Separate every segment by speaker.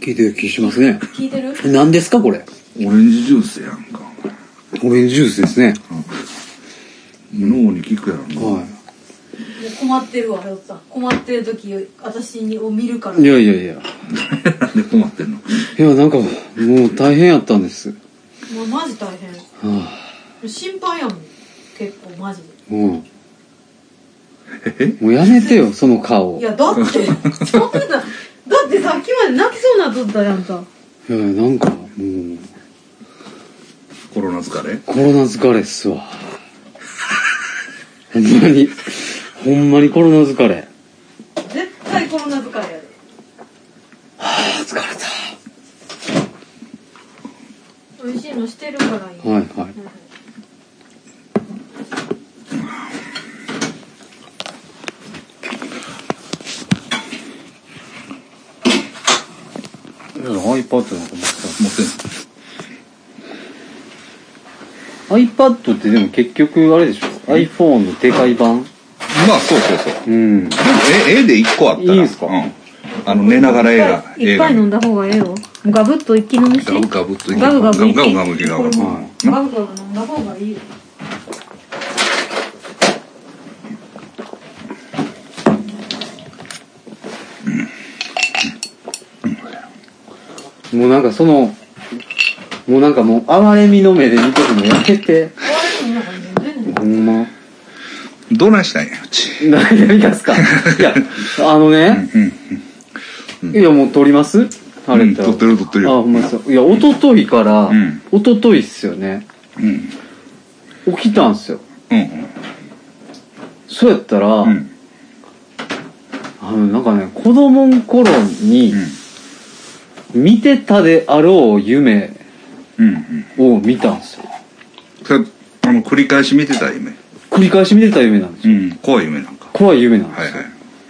Speaker 1: 聞いてる気しますね。
Speaker 2: 聞いてる
Speaker 1: 何ですかこれ。
Speaker 3: オレンジジュースやんかお前
Speaker 1: オレンジジュースですね。
Speaker 3: 脳に効くやろ な、
Speaker 1: は
Speaker 2: もう困ってるわ、ひょっさん。困ってる時、私を見るから
Speaker 1: い。い。やいやいや。
Speaker 3: なんで困ってんの
Speaker 1: いや、なんか、もう大変やったんです。は
Speaker 2: もうマジ大変。
Speaker 1: あ、
Speaker 2: 心配やもん。結構マジで。
Speaker 1: も
Speaker 3: え
Speaker 1: う、もうやめてよ、その顔。
Speaker 2: い
Speaker 1: いや、
Speaker 2: や、 だって、そんな、だってさっきまで泣きそうになっとったやんか。
Speaker 1: なんか、もう、
Speaker 3: コロナ疲れ
Speaker 1: コロナ疲れっす わ。ほんまに、ほんまにコロナ疲れ。
Speaker 2: 絶対コロナ疲れやで。
Speaker 1: あー疲れた。
Speaker 2: 美味しいのしてるからいい。
Speaker 1: はいはい。iPad なんか持って
Speaker 3: 持ってん
Speaker 1: た iPad ってでも結局あれでしょ ?iPhone のでかい版
Speaker 3: のまあそうそうそう
Speaker 1: うん。
Speaker 3: え絵で一個あったら
Speaker 1: いいんすか
Speaker 3: うん、あの寝ながら映画
Speaker 4: いっぱい飲んだ方がええよ。ガブッと一気飲みして。
Speaker 3: ガブガブっといけ
Speaker 4: ガブガブ
Speaker 3: ガブガブいけガブガブ
Speaker 1: は
Speaker 2: バブバブ飲んだ方がいいよ。
Speaker 1: い。もうなんかその、もうなんかもう哀れみの目で見てるのやめて。
Speaker 2: 終わりもなんか全然ね
Speaker 1: ほんま。
Speaker 3: どないしたんやうち
Speaker 1: 何やりだすかいや、あのね、
Speaker 3: うん
Speaker 1: いやもう撮りますあれ
Speaker 3: う
Speaker 1: やっ
Speaker 3: ん
Speaker 1: たら
Speaker 3: 撮ってる撮ってる
Speaker 1: あ、ほんまですよ。いや、一昨日から、
Speaker 3: うん
Speaker 1: 一昨日っすよね。
Speaker 3: うん
Speaker 1: 起きたんすよ。
Speaker 3: うん
Speaker 1: そうやったら、
Speaker 3: うんうん
Speaker 1: あの、なんかね、子供の頃に見てたであろう夢
Speaker 3: うんうん
Speaker 1: を見たんすよ。
Speaker 3: それあの繰り返し見てた夢
Speaker 1: 繰り返し見てた夢なんですよ。
Speaker 3: うん怖い夢なんか
Speaker 1: 怖い夢なんです
Speaker 3: は
Speaker 1: よ。
Speaker 3: いはい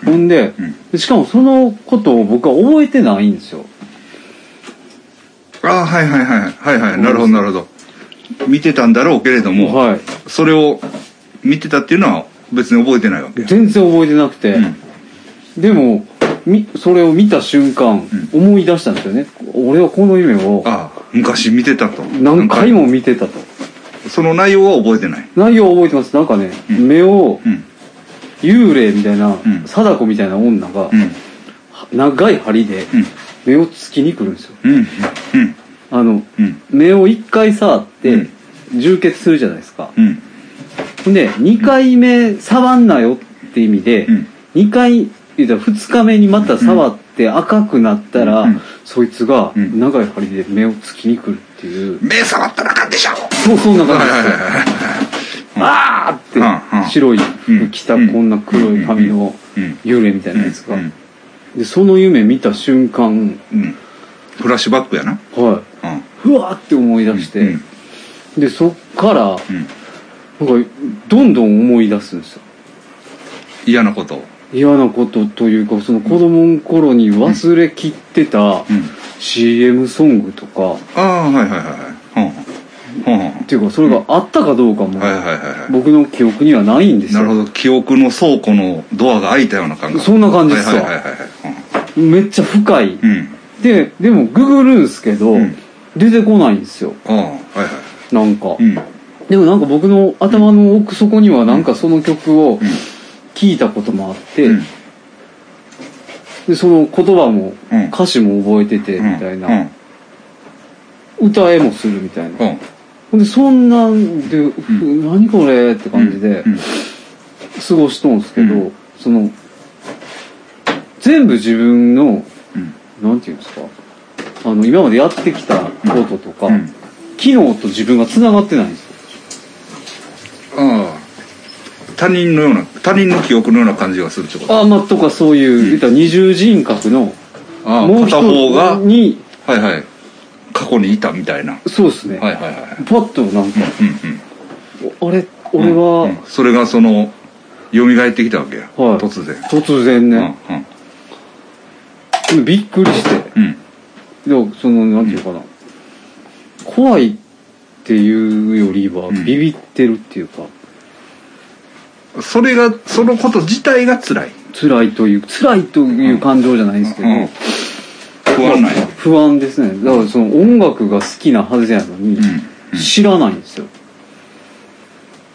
Speaker 1: ほんで、
Speaker 3: うん
Speaker 1: でしかもそのことを僕は覚えてないんですよ。
Speaker 3: ああはいはいはいはいはいはいなるほどなるほど見てたんだろうけれども、
Speaker 1: はい。
Speaker 3: それを見てたっていうのは別に覚えてないわけ
Speaker 1: 全然覚えてなくて。
Speaker 3: うん
Speaker 1: でも、み、それを見た瞬間、思い出したんですよね。俺はこの夢を
Speaker 3: ああ昔見てたと
Speaker 1: 何回も見てたと。
Speaker 3: その内容は覚えてない
Speaker 1: 内容は覚えてます。なんかね、
Speaker 3: うん
Speaker 1: 目を
Speaker 3: うん
Speaker 1: 幽霊みたいな、
Speaker 3: ん
Speaker 1: 貞子みたいな女が
Speaker 3: う、ん
Speaker 1: 長い針で
Speaker 3: うん
Speaker 1: 目を突きに来るんですよ。
Speaker 3: うんうん
Speaker 1: あの、
Speaker 3: うん
Speaker 1: 目を一回触って
Speaker 3: う、
Speaker 1: 充血するじゃないですか。
Speaker 3: うん
Speaker 1: ほんで、二回目触んなよって意味で、
Speaker 3: うん
Speaker 1: 二回、言うたら二日目にまた触って赤くなったら、
Speaker 3: うん
Speaker 1: そいつが
Speaker 3: うん
Speaker 1: 長い針で目を突きに来るっていう、
Speaker 3: 目触ったらあかんでしょ
Speaker 1: そうそんな感
Speaker 3: はい
Speaker 1: じです
Speaker 3: はい
Speaker 1: よ。
Speaker 3: はいは
Speaker 1: あーっ
Speaker 3: うん
Speaker 1: て、白い服着たこ
Speaker 3: うん
Speaker 1: んな黒い髪の
Speaker 3: いうん
Speaker 1: 幽霊みたいなやつ
Speaker 3: う
Speaker 1: が。
Speaker 3: ん
Speaker 1: で、その夢見た瞬間、
Speaker 3: うんフラッシュバックやな
Speaker 1: は
Speaker 3: うん
Speaker 1: い、ふわーって思い出し
Speaker 3: う
Speaker 1: て
Speaker 3: ん、
Speaker 1: で、そっから、
Speaker 3: うん
Speaker 1: なんか、どんどん思い出すんですよ。
Speaker 3: 嫌なことを
Speaker 1: 嫌なことというか、その子供の頃に忘れきってた
Speaker 3: うん
Speaker 1: CM ソングとか、っ
Speaker 3: ああはいはいはいはいうんうん
Speaker 1: ていうか、それがあったかどうかも
Speaker 3: は、いはいはいはい
Speaker 1: 僕の記憶にはないんです
Speaker 3: な
Speaker 1: よ。
Speaker 3: るほど記憶の倉庫のドアが開いたような感覚
Speaker 1: そんな感じっす
Speaker 3: はい
Speaker 1: わ
Speaker 3: はいはいはい
Speaker 1: めっちゃ深い。
Speaker 3: うんうん
Speaker 1: で、でも、ググるんすけど
Speaker 3: ん、
Speaker 1: 出てこないんですよ。
Speaker 3: ああはいは
Speaker 1: なんか
Speaker 3: い。うん
Speaker 1: でもなんか僕の頭の奥底にはなんかその曲を聴いたこともあって、
Speaker 3: うん
Speaker 1: で、その言葉も
Speaker 3: うん
Speaker 1: 歌詞も覚えてて、
Speaker 3: うん
Speaker 1: みたい
Speaker 3: うん
Speaker 1: な。歌えもするみたいな。
Speaker 3: うん
Speaker 1: ほんで、そんなんで、ふ何これって感じで
Speaker 3: うん
Speaker 1: 過ごしとんすけど、
Speaker 3: うん
Speaker 1: その、全部自分の、
Speaker 3: うん
Speaker 1: なんていうんですか、あの、今までやってきたこととか、
Speaker 3: うん
Speaker 1: 機能と自分が繋がってないんですよ。
Speaker 3: ああ他人のような他人の記憶のような感じがするってこと
Speaker 1: あーまあ、とかそういう、言ったら二重人格の、
Speaker 3: ああ
Speaker 1: もう
Speaker 3: 片方が
Speaker 1: 一人に、
Speaker 3: はいはい過去にいたみたいなは
Speaker 1: そうですね。
Speaker 3: いはいはい
Speaker 1: パッとなんか、
Speaker 3: うんうん
Speaker 1: おあれ、俺は、
Speaker 3: うんそれがその蘇ってきたわけや、
Speaker 1: はい
Speaker 3: 突然
Speaker 1: 突然
Speaker 3: う
Speaker 1: ね、
Speaker 3: ん
Speaker 1: びっくりして、
Speaker 3: うん
Speaker 1: でもそのなんていうかな、怖いっていうよりは
Speaker 3: ん
Speaker 1: ビビってるっていうか、
Speaker 3: うんそれがそのこと自体が辛い
Speaker 1: 辛いという辛いという感情じゃないんですけど、
Speaker 3: うん不安ない
Speaker 1: 不安ですねだからその音楽が好きなはずやのに、
Speaker 3: うん
Speaker 1: 知らないんですよ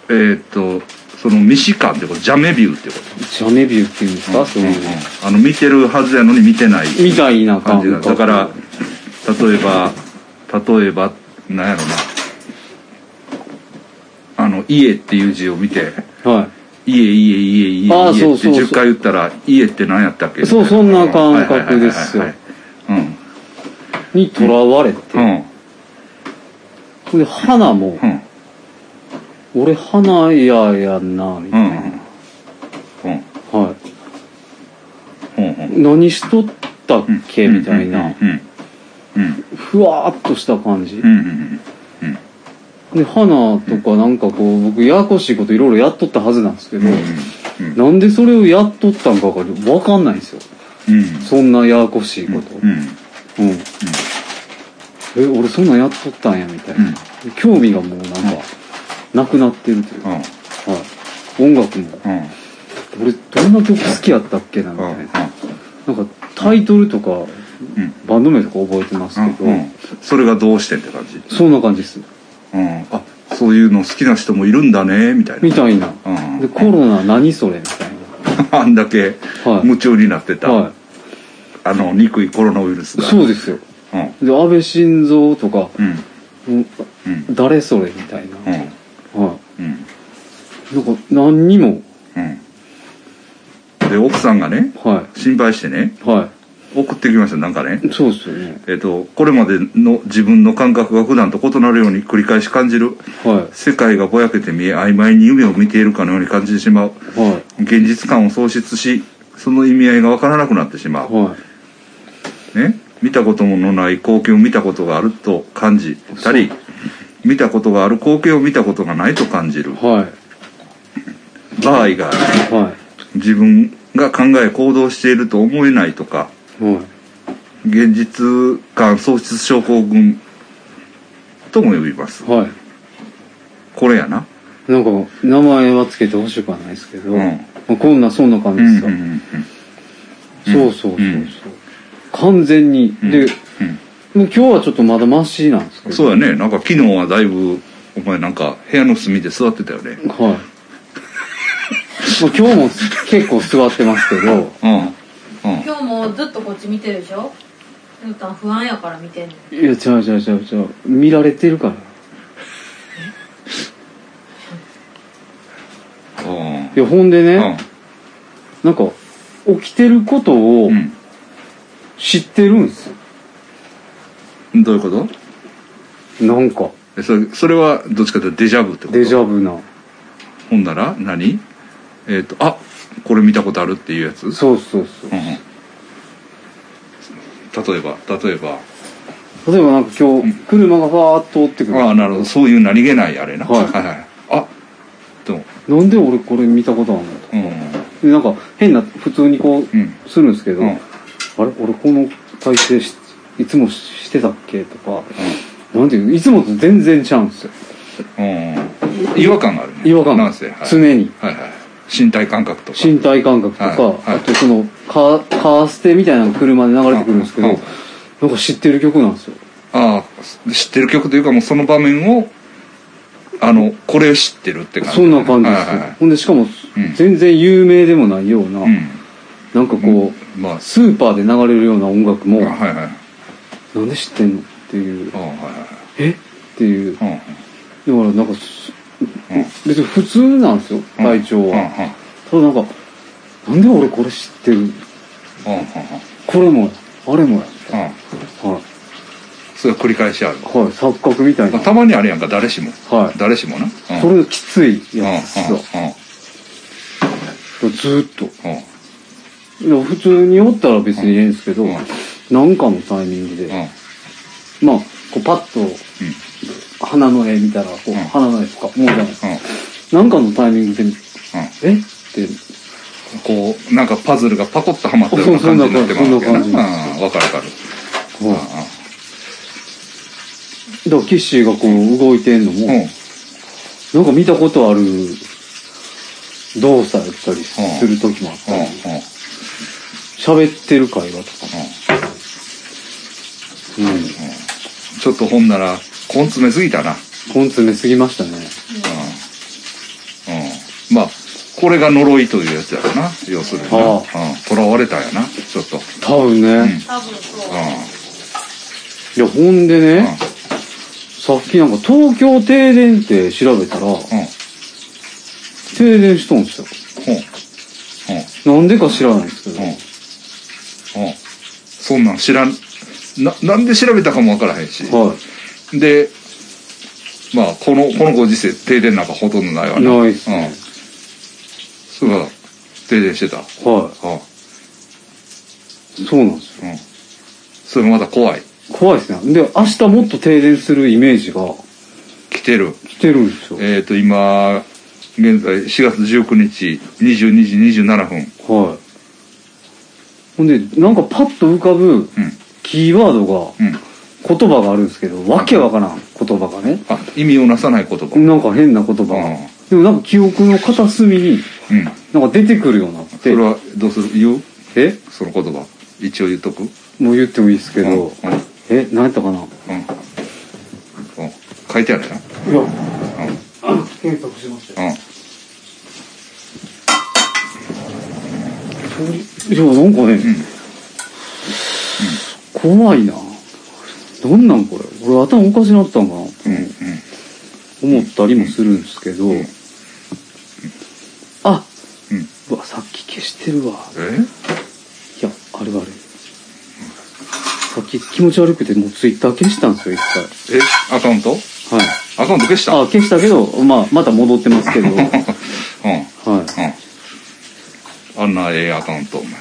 Speaker 3: えーっとそのミシカンってことジャメビューってこと
Speaker 1: ジャネビューっていうんですか、そういうの
Speaker 3: あの見てるはずやのに見てない
Speaker 1: みたいな感
Speaker 3: 感じ
Speaker 1: じ
Speaker 3: がだから例えば例えばなんやろなあの「家」っていう字を見て
Speaker 1: は
Speaker 3: 「家家家家
Speaker 1: あー
Speaker 3: 家」って
Speaker 1: そうそうそう
Speaker 3: 10回言ったら「家」って何やったっけ
Speaker 1: そうそんな感覚
Speaker 3: はいはいはいはいはい
Speaker 1: ですよ
Speaker 3: うん
Speaker 1: いにとらわれて、
Speaker 3: うん
Speaker 1: で花も、
Speaker 3: うん
Speaker 1: 俺花ややなみ
Speaker 3: う
Speaker 1: たい
Speaker 3: ん
Speaker 1: な、
Speaker 3: うんうん
Speaker 1: は
Speaker 3: うんう
Speaker 1: い
Speaker 3: ん
Speaker 1: 何しとったっけ、みたいな、
Speaker 3: うんうん
Speaker 1: ふわーっとした感じ、
Speaker 3: うんうんうん
Speaker 1: で花とかなんかこう僕ややこしいこといろいろやっとったはずなんですけど、
Speaker 3: うんうんうん
Speaker 1: なんでそれをやっとったんかが分かんないんですよ
Speaker 3: うん
Speaker 1: そんなややこしいこと
Speaker 3: うんうん
Speaker 1: うん、え俺そんなんやっとったんやみたいな、興味がもうなんかなくなってるというか、
Speaker 3: うん
Speaker 1: はい、音楽も
Speaker 3: うん
Speaker 1: 俺どんな曲好きやったっけなみたいな,、なんかタイトルとか
Speaker 3: うん
Speaker 1: バンド名とか覚えてますけど、
Speaker 3: うんうんそれがどうしてんって感じ
Speaker 1: そんな感じです
Speaker 3: うん、あそういうの好きな人もいるんだねみたいな
Speaker 1: みたいな、
Speaker 3: うん
Speaker 1: でコロナ何それみたいな
Speaker 3: あんだけ
Speaker 1: はい
Speaker 3: 夢中になってた、
Speaker 1: は
Speaker 3: あの憎いコロナウイルス
Speaker 1: い
Speaker 3: が
Speaker 1: そうですよ
Speaker 3: うん
Speaker 1: で安倍晋三とか、
Speaker 3: うん
Speaker 1: うん
Speaker 3: うん
Speaker 1: 誰それみたいな、
Speaker 3: うん
Speaker 1: は
Speaker 3: うん
Speaker 1: いなんか何にも
Speaker 3: うんで奥さんがね
Speaker 1: は
Speaker 3: 心配してね
Speaker 1: いは
Speaker 3: 送ってきましたなんかね
Speaker 1: いそうですよね
Speaker 3: えっとこれまでの自分の感覚が普段と異なるように繰り返し感じる
Speaker 1: は
Speaker 3: 世界がぼやけて見え曖昧に夢を見ているかのように感じてしまう
Speaker 1: いは
Speaker 3: 現実感を喪失しその意味合いがわからなくなってしまう
Speaker 1: いは
Speaker 3: ね、見たことのない光景を見たことがあると感じたり見たことがある光景を見たことがないと感じる
Speaker 1: いはい
Speaker 3: 場合がある
Speaker 1: は
Speaker 3: 自分が考え行動していると思えないとか
Speaker 1: いはい
Speaker 3: 現実感喪失症候群とも呼びます
Speaker 1: はい
Speaker 3: これやな
Speaker 1: なんか名前はつけてほしくはないですけど、
Speaker 3: うん
Speaker 1: まあ、こんなそんな感
Speaker 3: う
Speaker 1: じ
Speaker 3: ん
Speaker 1: で
Speaker 3: うん
Speaker 1: す
Speaker 3: う
Speaker 1: よ、
Speaker 3: ん
Speaker 1: そうそうそうそう、
Speaker 3: うん
Speaker 1: 完全に、
Speaker 3: うん
Speaker 1: で
Speaker 3: うん
Speaker 1: もう今日はちょっとまだマシなんですけど
Speaker 3: そうやねなんか昨日はだいぶお前なんか部屋の隅で座ってたよね
Speaker 1: はいまあ今日も結構座ってますけど
Speaker 3: うんうん
Speaker 2: 今日もずっとこっち見てるでしょゆうたん不安やから見てんの
Speaker 1: いや違う違う違う違う見られてるから
Speaker 3: うん
Speaker 1: いやほんで
Speaker 3: うん
Speaker 1: ね、なんか起きてることを知ってるんですよ、
Speaker 3: うんどういうこと
Speaker 1: なんか
Speaker 3: えそれそれはどっちかというとデジャブってこと
Speaker 1: デジャブな
Speaker 3: ほんなら何えっ、とあこれ見たことあるっていうやつ
Speaker 1: そうそうそう
Speaker 3: うんうん、例えば例えば
Speaker 1: 例えばなんか今日車がファーッと通ってくる
Speaker 3: ああなるほどそういう何気ないあれな、
Speaker 1: はい
Speaker 3: はいはいあでも
Speaker 1: なんで俺これ見たことあるの
Speaker 3: うんうん
Speaker 1: でなんか変な普通にこう
Speaker 3: うん
Speaker 1: するんですけど、
Speaker 3: うん
Speaker 1: あれ俺この体勢しいつもししてたっけとかなんていうのいつもと全然ちゃうんですよ
Speaker 3: うんうん違和感があるね
Speaker 1: 違和感
Speaker 3: なんせ、はい、
Speaker 1: 常に
Speaker 3: はいはい身体感覚とか
Speaker 1: 身体感覚とか、
Speaker 3: はいはい
Speaker 1: あとそのカーカーステみたいなのが車で流れてくるんですけど、
Speaker 3: うんうん
Speaker 1: なんか知ってる曲なんですよ
Speaker 3: ああ知ってる曲というかもうその場面をあのこれ知ってるって感じ
Speaker 1: そんな感じで
Speaker 3: は
Speaker 1: すよ、
Speaker 3: いはいはい
Speaker 1: ほんでしかも
Speaker 3: うん
Speaker 1: 全然有名でもないような、
Speaker 3: う
Speaker 1: なんかこう、
Speaker 3: んまあ
Speaker 1: スーパーで流れるような音楽も、
Speaker 3: あはいはいあ
Speaker 1: なんで知ってんのっていう
Speaker 3: あはいは
Speaker 1: えっていうだか
Speaker 3: いはい
Speaker 1: らなんかす
Speaker 3: うんうん
Speaker 1: 別に普通なんですよ体調は、ただなんかなんで俺これ知ってる
Speaker 3: うんうんうんうんうん
Speaker 1: これもあれもや
Speaker 3: うん
Speaker 1: はい、
Speaker 3: それは繰り返しある、
Speaker 1: はい、錯覚みたいな
Speaker 3: まあ、たまにあるやんか誰しも
Speaker 1: はい
Speaker 3: 誰しもな、うん、
Speaker 1: それがきつい
Speaker 3: うんうん
Speaker 1: やつですよずーっと
Speaker 3: うんう
Speaker 1: い
Speaker 3: ん
Speaker 1: や普通におったら別にいいんですけど、
Speaker 3: うん
Speaker 1: なんかのタイミングで、
Speaker 3: うん
Speaker 1: まあこうパッと花の絵見たらこう、
Speaker 3: うん
Speaker 1: 花の絵とか思うじゃないですか、
Speaker 3: うん
Speaker 1: なんかのタイミングでえって
Speaker 3: うんこうなんかパズルがパコッとはまったような
Speaker 1: そうそん
Speaker 3: 感じ
Speaker 1: な
Speaker 3: になってますけどな
Speaker 1: そんな感
Speaker 3: うんわかるわかる
Speaker 1: こうだからキッシーがこう動いてんのも、
Speaker 3: うんうん
Speaker 1: なんか見たことある動作やったりする時もあったり、
Speaker 3: うんうん
Speaker 1: 喋ってる会話とかも、
Speaker 3: ちょっと本なら根詰めすぎたな、うん
Speaker 1: 根詰めすぎましたね
Speaker 3: うん、まあこれが呪いというやつやろな要するにな
Speaker 1: あ
Speaker 3: とら、囚われたんやなちょっと、
Speaker 1: 多
Speaker 3: うん
Speaker 1: 分ね、
Speaker 3: ん
Speaker 1: い
Speaker 2: 多分そう。
Speaker 1: やほんで
Speaker 3: うん
Speaker 1: ね、さっきなんか東京停電って調べたら
Speaker 3: うん
Speaker 1: 停電しとんすよ
Speaker 3: うん
Speaker 1: なんでか知らないんですけど、
Speaker 3: うんうんそんなん知らんななんで調べたかもわからへんし
Speaker 1: は
Speaker 3: でまあこのこのご時世停電なんかほとんどないわ
Speaker 1: い
Speaker 3: な
Speaker 1: ないっすね
Speaker 3: うん、そうだ停電してた
Speaker 1: は
Speaker 3: あ
Speaker 1: いそうなんですよ
Speaker 3: うんそれまた怖い
Speaker 1: 怖いですねで明日もっと停電するイメージが
Speaker 3: 来てる
Speaker 1: 来てるんですよ
Speaker 3: えっ、ー、と今現在4月19日22時27分
Speaker 1: はいほんでなんかパッと浮かぶ
Speaker 3: うん
Speaker 1: キーワードが
Speaker 3: うん
Speaker 1: 言葉があるんですけどわけわからん言葉がね
Speaker 3: あ意味をなさない言葉
Speaker 1: なんか変な言葉が
Speaker 3: うん
Speaker 1: でもなんか記憶の片隅に
Speaker 3: うん
Speaker 1: なんか出てくるようになっ
Speaker 3: そ
Speaker 1: て
Speaker 3: れはどうする言う
Speaker 1: え
Speaker 3: その言葉一応言っとく
Speaker 1: もう言ってもいいですけど、
Speaker 3: うんうん
Speaker 1: え何やったかな
Speaker 3: うんうん書いてあるや
Speaker 1: いや検索しました
Speaker 3: なうん
Speaker 1: いやなんかね、怖いなどんなんこれ俺頭おかしなったんかなって
Speaker 3: うんうん
Speaker 1: 思ったりもするんですけど、
Speaker 3: うん
Speaker 1: あ
Speaker 3: うん
Speaker 1: うわさっき消してるわい
Speaker 3: え
Speaker 1: やあれあれさっき気持ち悪くてもうツイッター消したんですよ一
Speaker 3: えアカウント
Speaker 1: 回はい
Speaker 3: アカウント消した
Speaker 1: あ消したけど、まあ、また戻ってます けどはい
Speaker 3: うんうんあんなええアカウントお前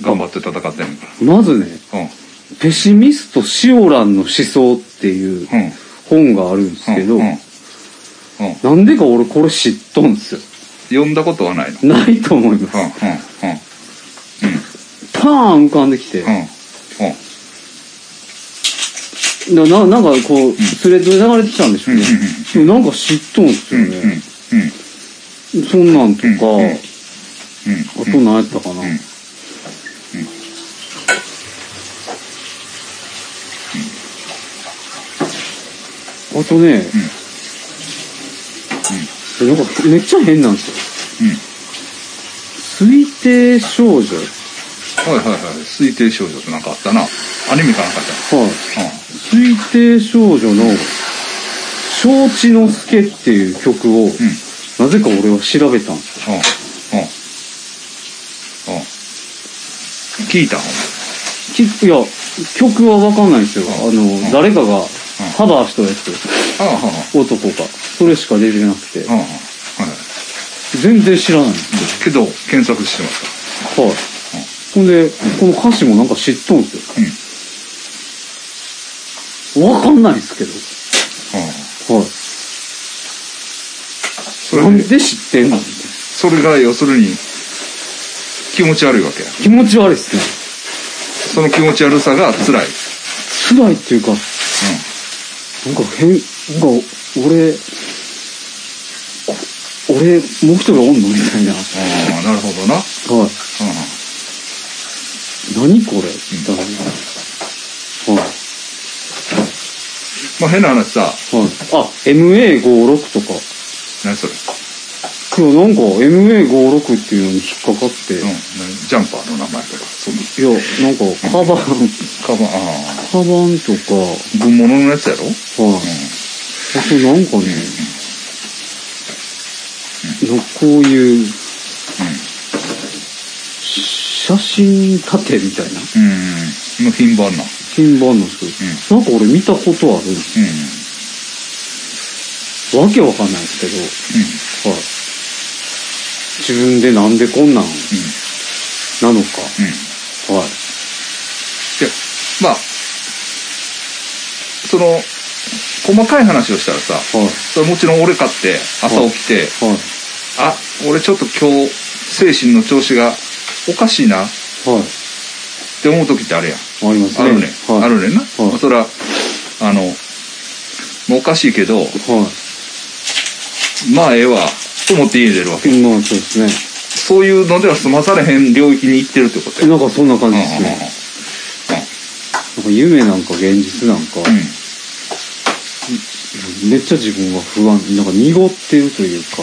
Speaker 3: 頑張って戦ってんのか
Speaker 1: まずね
Speaker 3: らうん
Speaker 1: 「ペシミスト・シオランの思想」っていう
Speaker 3: うんうん
Speaker 1: 本があるんですけど、
Speaker 3: うんうん
Speaker 1: なんでか俺これ知っとんすよ
Speaker 3: 読んだことはないの
Speaker 1: ないと思います、
Speaker 3: うんうん
Speaker 1: パーン浮かんできて、
Speaker 3: うんうんうん
Speaker 1: なななんかこうスレッドで流れてきたんでしょうね、
Speaker 3: う
Speaker 1: なんか知っとんすよね、
Speaker 3: うんうん
Speaker 1: そんなんとか、
Speaker 3: うんうん
Speaker 1: あ
Speaker 3: う
Speaker 1: と
Speaker 3: んうん
Speaker 1: 何やったかな、
Speaker 3: ん
Speaker 1: あとね、なんかめっちゃ変なんですよ
Speaker 3: うん
Speaker 1: 推定少女
Speaker 3: はいはいはい推定少女ってなんかあったなアニメかなんか
Speaker 1: はい
Speaker 3: じゃん
Speaker 1: 推定少女の「承知の助」っていう曲を、
Speaker 3: うんうん
Speaker 1: なぜか俺は調べたんですよ
Speaker 3: うんうんうん聞いたほん
Speaker 1: きいや曲は分かんないんですよ
Speaker 3: うん
Speaker 1: あの、
Speaker 3: うん
Speaker 1: 誰かがカバーしたやつ
Speaker 3: まはあはあは
Speaker 1: 男がそれしか出てなくて
Speaker 3: あはあはあはいはい
Speaker 1: 全然知らないんです
Speaker 3: けど検索してました
Speaker 1: よはいほんでこの歌詞もなんか知っとんすよ分かんないんですけど
Speaker 3: うんうん
Speaker 1: はい
Speaker 3: そ
Speaker 1: なん
Speaker 3: れで
Speaker 1: で知ってんの
Speaker 3: それが要するに気持ち悪いわけや
Speaker 1: 気持ち悪いっすね
Speaker 3: その気持ち悪さが辛い、
Speaker 1: 辛いっていうかなんか変、なんか、俺、こ俺、もう一人おんのみたいな。は
Speaker 3: うん、ああなるほどな、うん
Speaker 1: い。何これみたいな。はい。
Speaker 3: まあ、変な話さ
Speaker 1: はい。あ、MA56 とか。
Speaker 3: 何それ、
Speaker 1: 今日なんか MA56 っていうのに引っかかって。
Speaker 3: うん、何ジャンパーの名前とかその
Speaker 1: いや、なんか、カバン、
Speaker 3: カバンあ
Speaker 1: カバンとか、
Speaker 3: あ軍物のやつやろ、うん、
Speaker 1: はい。あとなんかね、のこういう、写真立てみたいな。
Speaker 3: うんの品番な
Speaker 1: 品番なんですけど、なんか俺見たことあるんです
Speaker 3: うん
Speaker 1: わけわかんないですけど、はい、自分でなんでこんなんな
Speaker 3: う
Speaker 1: の
Speaker 3: んうんうん
Speaker 1: か、はい、
Speaker 3: でまあその細かい話をしたらさ
Speaker 1: はい、
Speaker 3: それもちろん俺かって朝起きて、
Speaker 1: はい、
Speaker 3: あ俺ちょっと今日精神の調子がおかしいなっ
Speaker 1: はい、
Speaker 3: て思う時ってあるやん
Speaker 1: あります
Speaker 3: あ
Speaker 1: ね。
Speaker 3: るね、
Speaker 1: はい、
Speaker 3: あるねんな、
Speaker 1: はい
Speaker 3: それはあのもうおかしいけど
Speaker 1: はい
Speaker 3: まあええわと思って家出るわけ、
Speaker 1: まあそうですね。
Speaker 3: そういうのでは済まされへん領域に行ってるってことや
Speaker 1: なんかそんな感
Speaker 3: うん
Speaker 1: じ
Speaker 3: うん
Speaker 1: で
Speaker 3: うん
Speaker 1: す
Speaker 3: うん
Speaker 1: ね。なんか夢なんか現実なんか、
Speaker 3: うん
Speaker 1: めっちゃ自分は不安なんか濁ってるというか、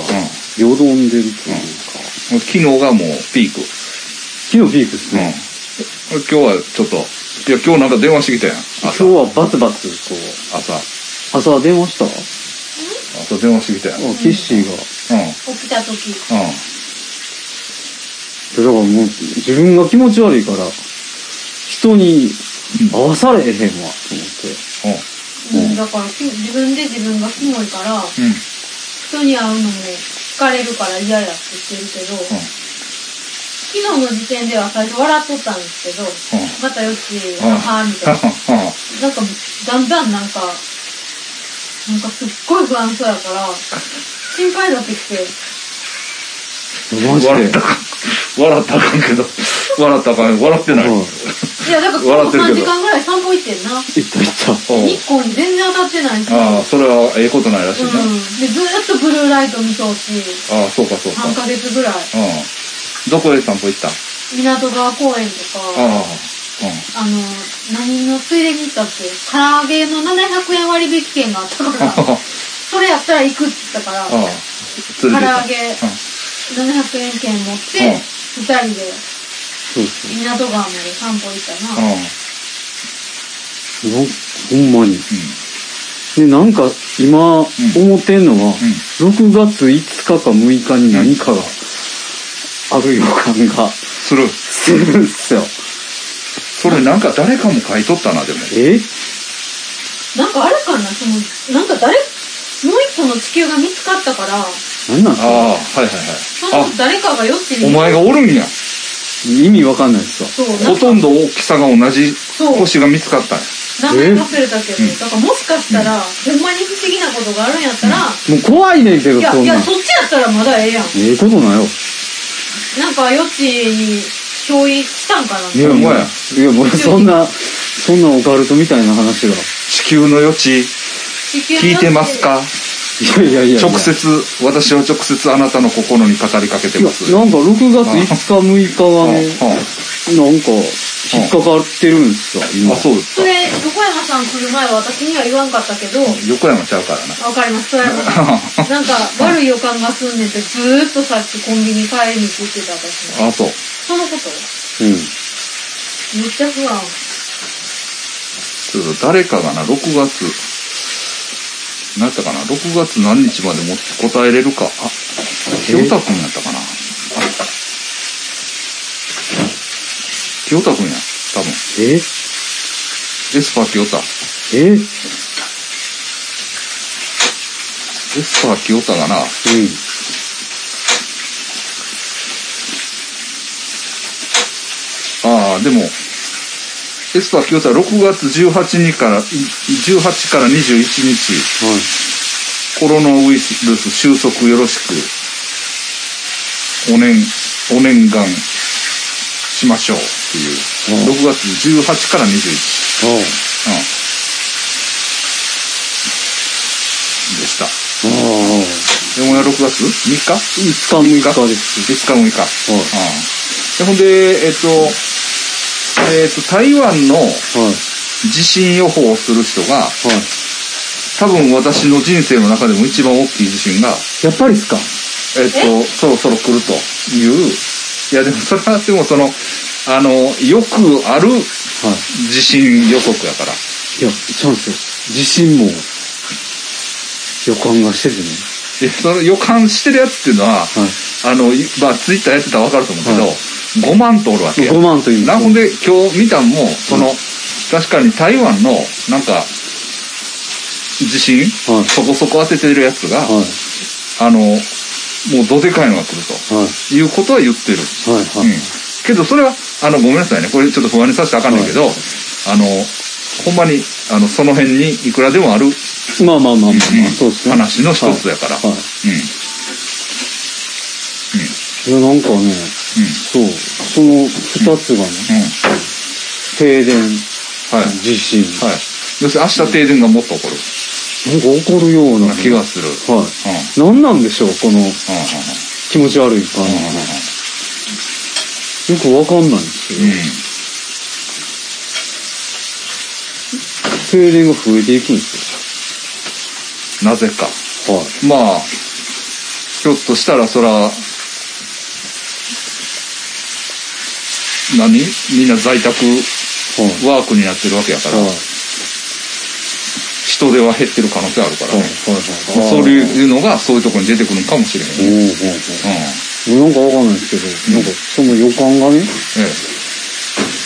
Speaker 1: よどんでるというか、
Speaker 3: もう昨日がもうピーク。
Speaker 1: 昨日ピークですね、。
Speaker 3: うん今日はちょっと、いや、今日なんか電話してきたやん。
Speaker 1: 今日
Speaker 3: 朝。
Speaker 1: はバツバツと
Speaker 3: 朝。
Speaker 1: 朝電話した
Speaker 3: 朝電話してきたやん。うん。うん。
Speaker 1: あキッシーが
Speaker 2: 起きた時
Speaker 1: だからもう自分が気持ち悪いから人に合わされへんわと思って。
Speaker 2: うんだからき自分で自分がキモいから
Speaker 3: うん。
Speaker 2: 人に会うのも疲れるから嫌やって言ってるけど、
Speaker 3: うん
Speaker 2: 昨日の時点では最初笑っとったんですけど、ま
Speaker 3: ん
Speaker 2: たよっちー、
Speaker 3: うん。
Speaker 2: あはーみたいな。
Speaker 3: うん。うん。
Speaker 2: なんか、だんだんなんか、なんかすっごい不安そうやから、心配になってきて、
Speaker 1: マジで。
Speaker 3: 笑ったか。笑ったらあかんけど。笑ったらあかん。笑ってない。
Speaker 1: うん行
Speaker 3: うん
Speaker 1: っ。
Speaker 2: いや、だから今日
Speaker 3: 笑ってる
Speaker 2: 3時
Speaker 3: けど
Speaker 2: 間ぐらい散歩行ってんな。
Speaker 1: た行った。
Speaker 2: 日光に全然当たってないし。
Speaker 3: ああ、それはええことないらし
Speaker 2: う
Speaker 3: い
Speaker 2: ん
Speaker 3: な。。
Speaker 2: で、ずーっとブルーライト見通し、
Speaker 3: ああ、そうかそうか。
Speaker 2: 3ヶ月ぐらい。
Speaker 3: うん。どこへ散歩行った
Speaker 2: 港川公園とか、
Speaker 3: ああ。
Speaker 2: あの、何のついでに行ったっけ唐揚げの700円割引券があったから、
Speaker 3: うん。
Speaker 2: それやったら行くって言ったから、
Speaker 3: ああ。
Speaker 2: 唐
Speaker 3: 連れて
Speaker 2: 揚
Speaker 3: 行っ
Speaker 2: げ
Speaker 3: た。うん。
Speaker 2: 700円券持って、
Speaker 3: うん
Speaker 2: 2人で
Speaker 1: そうそ
Speaker 2: 港川まで散歩行ったな。
Speaker 3: うん。
Speaker 1: う。なほんまに。で、なんか今思ってんのは、6月5日か6日に何かがある予感が
Speaker 3: する。
Speaker 1: するんすよ。
Speaker 3: それなんか誰かも書いとったな、でも。
Speaker 1: え
Speaker 2: なんかあるかなその、なんか誰、もう一個の地球が見つかったから、
Speaker 1: なんなん
Speaker 3: ああ、
Speaker 1: す
Speaker 3: はいはい
Speaker 2: そ
Speaker 3: はい
Speaker 2: の。誰かがよって
Speaker 3: あ、お前がおるんや。
Speaker 1: か意味わかんないっすわ。
Speaker 2: そう、な
Speaker 3: ほ
Speaker 2: んか、
Speaker 3: とんど大きさが同じ
Speaker 2: そう、
Speaker 3: 星が見つかったんや。
Speaker 2: 名前忘れたけど、
Speaker 3: え
Speaker 2: だからもしかしたら、ほんまに不思議なことがあるんやったら、
Speaker 1: もう怖いねんけど、
Speaker 2: いや、
Speaker 1: そん
Speaker 2: い
Speaker 1: な
Speaker 2: や、
Speaker 1: ん。
Speaker 2: そっちやったらまだええやん。
Speaker 1: ええことないよ。
Speaker 2: なんか、よっちに、憑依したんかな。
Speaker 1: いや、
Speaker 3: ほん
Speaker 1: も
Speaker 3: ま
Speaker 1: う、
Speaker 3: や
Speaker 1: いや、もうそんな、そんなオカルトみたいな話が。
Speaker 3: 地球の余地、
Speaker 2: 地球
Speaker 3: 聞いてますか
Speaker 1: いやいやいやいや。
Speaker 3: 直接、私は直接あなたの心に語りかけて
Speaker 1: いや
Speaker 3: ます。
Speaker 1: なんか6月5日6日
Speaker 3: う
Speaker 1: は
Speaker 3: んう
Speaker 1: ね、な
Speaker 3: ん
Speaker 1: んか引っかかってるんすよ、今。
Speaker 3: あ、そうです
Speaker 2: そ
Speaker 3: か。
Speaker 2: れ、横山さん来る前は私には言わんかったけど、
Speaker 3: 横山ちゃうからな。
Speaker 2: わかります、そうやろな。 なんか、悪い予感がすんねんって、ずーっとさっきコンビニ買いに行ってた私も。
Speaker 3: あ、そう。
Speaker 2: そのこと
Speaker 1: うん。
Speaker 2: めっちゃ不安。
Speaker 3: ちょっと誰かがな、6月、何やったかな、6月何日まで持って答えれるか。あ、清田くんやったかな。あ清田くんや、多分。
Speaker 1: え
Speaker 3: エスパー清田。エ
Speaker 1: えうん。
Speaker 3: スパー清田がな、ああ、でも、エスパー清田6月18日から、い18から21日、
Speaker 1: はい。
Speaker 3: コロナウイルス収束よろしく、お年、お念願しましょうっていう、
Speaker 1: うん
Speaker 3: 6月18から21、
Speaker 1: ああ。
Speaker 3: うん、でした。
Speaker 1: ああ。
Speaker 3: で、お前は6月 ?3 日
Speaker 1: 5日6日です。
Speaker 3: 5日6日。
Speaker 1: はい。
Speaker 3: うん。で、ほんで、えっと、えっと、台湾の
Speaker 1: はい。
Speaker 3: 地震予報をする人が、
Speaker 1: はい。
Speaker 3: 多分私の人生の中でも一番大きい地震が、
Speaker 1: やっぱりっすか
Speaker 3: えっと、そろそろ来るという、いやでもそれはでもその、あの、よくある
Speaker 1: はい。
Speaker 3: 地震予測やか
Speaker 1: い
Speaker 3: ら。
Speaker 1: や、チャンスよ。自信も、予感がしててね。
Speaker 3: で、その予感してるやつっていうのは、
Speaker 1: は
Speaker 3: あの、いまあツイッターやってたらわかると思うけど、
Speaker 1: はい
Speaker 3: 5万とおるわけ
Speaker 1: い。
Speaker 3: や
Speaker 1: 5。万という
Speaker 3: なほんで今日見たんも、その、
Speaker 1: う
Speaker 3: 確かに台湾の、なんか、地震、
Speaker 1: はい
Speaker 3: そこそこ当ててるやつが、
Speaker 1: はい。
Speaker 3: あの、もうどでかいのが来ると
Speaker 1: はい。
Speaker 3: いうことは言ってる。
Speaker 1: はい。はい。
Speaker 3: けどそれはあのごめんなさいねこれちょっと不安にさせてあかんねんけど、あのほんまにあのその辺にいくらでもある、うん、
Speaker 1: まあまあまあまあまあ、そうですね。
Speaker 3: 話の一つやから、
Speaker 1: はい。
Speaker 3: う
Speaker 1: いや、なんかね、
Speaker 3: ん
Speaker 1: そう、その二つがね、
Speaker 3: うんうん
Speaker 1: 停電、
Speaker 3: はい
Speaker 1: 地震、
Speaker 3: はい要するに明日停電がもっと起こる
Speaker 1: なんか起こるような
Speaker 3: 気がする、
Speaker 1: は
Speaker 3: うんうん
Speaker 1: い。なんなんでしょう、この
Speaker 3: うん
Speaker 1: 気持ち悪い感
Speaker 3: うん
Speaker 1: じ。よくわかんないんですけど
Speaker 3: うんう
Speaker 1: 停
Speaker 3: ん、
Speaker 1: 電が増えていくんです
Speaker 3: なぜか。
Speaker 1: よ。はい。
Speaker 3: まあ、ひょっとしたらそら、何みんな在宅
Speaker 1: はい。
Speaker 3: ワークになってるわけやから
Speaker 1: はい。、
Speaker 3: 人手は減ってる可能性あるから
Speaker 1: はい。はい
Speaker 3: ね。。まあ
Speaker 1: はい。
Speaker 3: そう
Speaker 1: う。
Speaker 3: いうのがそういうところに出てくるかもしれへん。
Speaker 1: お
Speaker 3: うん。え
Speaker 1: おおおなんかわかんないですけど、なんかその予感がね、
Speaker 3: え。